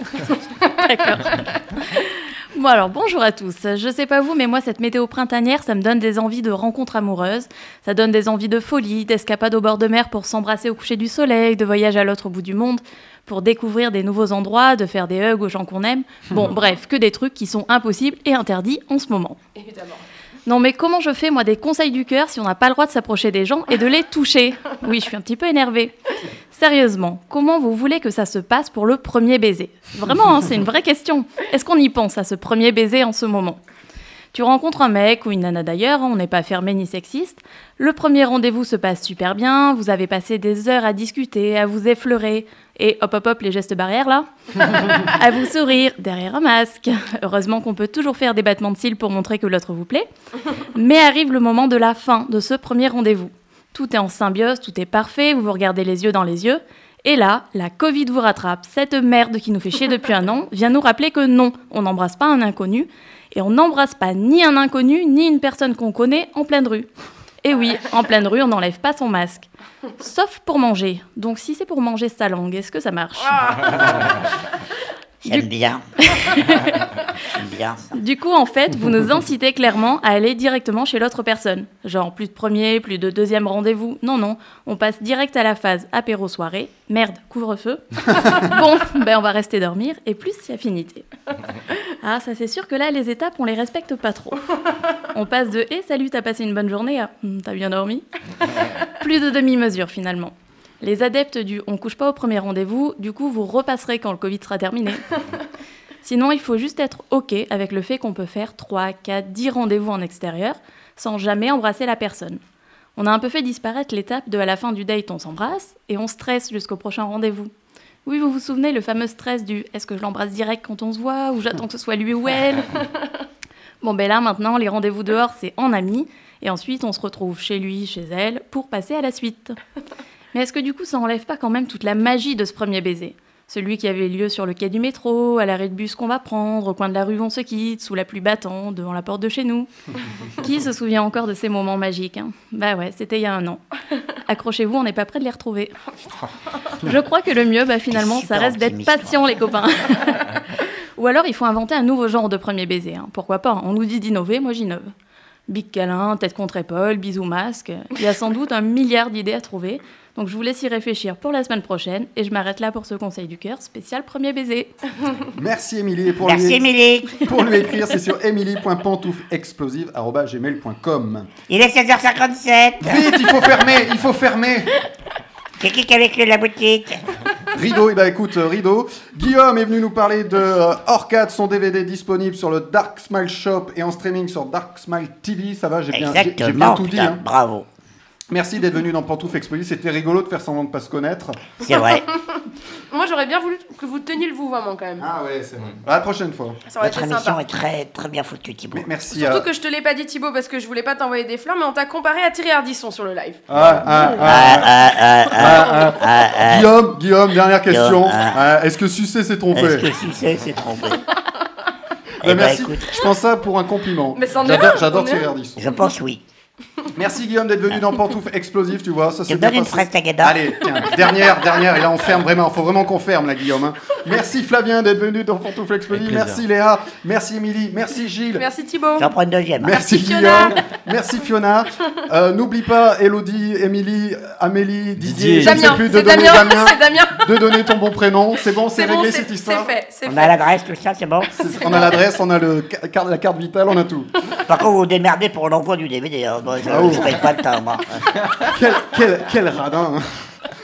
Speaker 19: Bon alors bonjour à tous. Je sais pas vous, mais moi cette météo printanière, ça me donne des envies de rencontres amoureuses, ça donne des envies de folie, d'escapades au bord de mer pour s'embrasser au coucher du soleil, de voyage à l'autre bout du monde pour découvrir des nouveaux endroits, de faire des hugs aux gens qu'on aime. Bon bref, que des trucs qui sont impossibles et interdits en ce moment.
Speaker 5: Évidemment.
Speaker 19: Non mais comment je fais moi des conseils du cœur si on n'a pas le droit de s'approcher des gens et de les toucher Oui, je suis un petit peu énervée. Sérieusement, comment vous voulez que ça se passe pour le premier baiser Vraiment, hein, c'est une vraie question. Est-ce qu'on y pense à ce premier baiser en ce moment tu rencontres un mec ou une nana d'ailleurs, hein, on n'est pas fermé ni sexiste. Le premier rendez-vous se passe super bien, vous avez passé des heures à discuter, à vous effleurer, et hop hop hop les gestes barrières là, à vous sourire derrière un masque. Heureusement qu'on peut toujours faire des battements de cils pour montrer que l'autre vous plaît. Mais arrive le moment de la fin de ce premier rendez-vous. Tout est en symbiose, tout est parfait, vous vous regardez les yeux dans les yeux. Et là, la Covid vous rattrape. Cette merde qui nous fait chier depuis un an vient nous rappeler que non, on n'embrasse pas un inconnu. Et on n'embrasse pas ni un inconnu, ni une personne qu'on connaît en pleine rue. Et oui, en pleine rue, on n'enlève pas son masque. Sauf pour manger. Donc si c'est pour manger sa langue, est-ce que ça marche
Speaker 5: Ah,
Speaker 4: J'aime bien. J'aime bien.
Speaker 19: Du coup, en fait, vous nous incitez clairement à aller directement chez l'autre personne. Genre, plus de premier, plus de deuxième rendez-vous. Non, non, on passe direct à la phase apéro-soirée. Merde, couvre-feu. bon, ben on va rester dormir et plus si affinité. Ah, ça c'est sûr que là, les étapes, on les respecte pas trop. On passe de Eh, salut, t'as passé une bonne journée à Hmm, T'as bien dormi Plus de demi-mesure finalement. Les adeptes du On couche pas au premier rendez-vous, du coup, vous repasserez quand le Covid sera terminé. Sinon, il faut juste être OK avec le fait qu'on peut faire 3, 4, 10 rendez-vous en extérieur sans jamais embrasser la personne. On a un peu fait disparaître l'étape de à la fin du date, on s'embrasse et on stresse jusqu'au prochain rendez-vous. Oui, vous vous souvenez le fameux stress du est-ce que je l'embrasse direct quand on se voit ou j'attends que ce soit lui ou elle Bon, ben là, maintenant, les rendez-vous dehors, c'est en ami et ensuite on se retrouve chez lui, chez elle pour passer à la suite. Mais est-ce que du coup, ça enlève pas quand même toute la magie de ce premier baiser Celui qui avait lieu sur le quai du métro, à l'arrêt de bus qu'on va prendre, au coin de la rue où on se quitte, sous la pluie battante, devant la porte de chez nous. qui se souvient encore de ces moments magiques hein Bah ouais, c'était il y a un an. Accrochez-vous, on n'est pas près de les retrouver. Je crois que le mieux, bah, finalement, ça
Speaker 18: Oh, super
Speaker 19: reste d'être
Speaker 18: optimiste, hein.
Speaker 19: patient, les copains. Ou alors, il faut inventer un nouveau genre de premier baiser. hein. Pourquoi pas On nous dit d'innover, moi j'innove. Big câlin, tête contre épaule, bisous masque. Il y a sans doute un milliard d'idées à trouver. Donc je vous laisse y réfléchir pour la semaine prochaine et je m'arrête là pour ce conseil du cœur spécial premier baiser.
Speaker 2: Merci Émilie. Et Pour
Speaker 4: Merci,
Speaker 2: lui,
Speaker 4: Émilie.
Speaker 2: Pour lui écrire, c'est sur emily.pantouflexplosive.com.
Speaker 4: Il est 16h57.
Speaker 2: Vite, il faut fermer, il faut fermer.
Speaker 4: C'est qui qui a vécu la boutique
Speaker 2: Rideau, et bah écoute, euh, Rideau. Guillaume est venu nous parler de euh, Orcade, son DVD disponible sur le Dark Smile Shop et en streaming sur Dark Smile TV. Ça va, j'ai bien, j'ai- j'ai bien
Speaker 4: Exactement,
Speaker 2: tout dit.
Speaker 4: putain,
Speaker 2: hein.
Speaker 4: bravo.
Speaker 2: Merci d'être venu dans Pantouf Explosive. C'était rigolo de faire semblant de pas se connaître.
Speaker 4: C'est vrai.
Speaker 5: Moi, j'aurais bien voulu que vous teniez le vouvoiement quand même.
Speaker 2: Ah ouais, c'est vrai. À la prochaine fois.
Speaker 5: Ça aurait été
Speaker 4: Votre émission
Speaker 5: sympa.
Speaker 4: est très, très bien foutue, Thibaut.
Speaker 2: Merci. euh,
Speaker 5: Surtout que je te l'ai pas dit, Thibaut, parce que je voulais pas t'envoyer des fleurs, mais on t'a comparé à Thierry Ardisson sur le live.
Speaker 2: Ah, ah, ah,
Speaker 4: ah, ah,
Speaker 2: ah, ah.
Speaker 4: ah.
Speaker 2: Guillaume, Guillaume, dernière question.
Speaker 4: Guillaume,
Speaker 2: Ah, Est-ce que Sucé s'est trompé
Speaker 4: Est-ce que Sucé s'est trompé
Speaker 2: Bah,
Speaker 4: Eh
Speaker 2: Ben,
Speaker 4: ben,
Speaker 2: Merci.
Speaker 4: écoute.
Speaker 2: Je prends ça pour un compliment.
Speaker 4: Mais c'en est
Speaker 2: J'adore-
Speaker 4: un,
Speaker 2: J'adore
Speaker 4: on est
Speaker 2: Thierry
Speaker 4: un.
Speaker 2: Ardisson.
Speaker 4: Je pense oui.
Speaker 2: Merci Guillaume d'être venu dans Pantouf Explosif, tu vois. Ça
Speaker 4: Tu
Speaker 2: c'est
Speaker 4: me donnes une phrase Tagada
Speaker 2: Allez, tiens, dernière, dernière, et là on ferme vraiment, faut vraiment qu'on ferme là Guillaume. hein. Merci Flavien d'être venu dans Pantouf Explosif,
Speaker 4: plaisir.
Speaker 2: merci Léa, merci Émilie, merci Gilles.
Speaker 5: Merci Thibaut.
Speaker 4: J'en prends une deuxième. hein.
Speaker 2: Merci Guillaume, merci Fiona. Euh, N'oublie pas Elodie, Émilie, Amélie, Didier, je ne sais
Speaker 5: Damien,
Speaker 2: plus de
Speaker 5: c'est
Speaker 2: donner
Speaker 5: Damien,
Speaker 2: Damien,
Speaker 5: c'est Damien.
Speaker 2: de donner ton bon prénom. C'est bon, c'est
Speaker 5: C'est bon,
Speaker 2: réglé
Speaker 5: c'est
Speaker 2: cette histoire.
Speaker 5: c'est fait, c'est
Speaker 4: On
Speaker 5: fait.
Speaker 4: a l'adresse, tout ça, c'est bon.
Speaker 2: On a l'adresse, on a le ca- carte- la carte vitale, on a tout.
Speaker 4: Par contre, vous vous démerdez pour l'envoi du DVD. Hein. Moi, je
Speaker 2: Ah oui.
Speaker 4: ne paye pas le temps, moi.
Speaker 2: quel, quel, quel radin hein.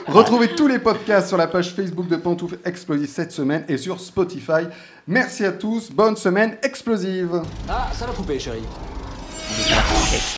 Speaker 2: Retrouvez tous les podcasts sur la page Facebook de Pantouf Explosive cette semaine et sur Spotify. Merci à tous, bonne semaine explosive
Speaker 9: Ah, ça va couper, chérie.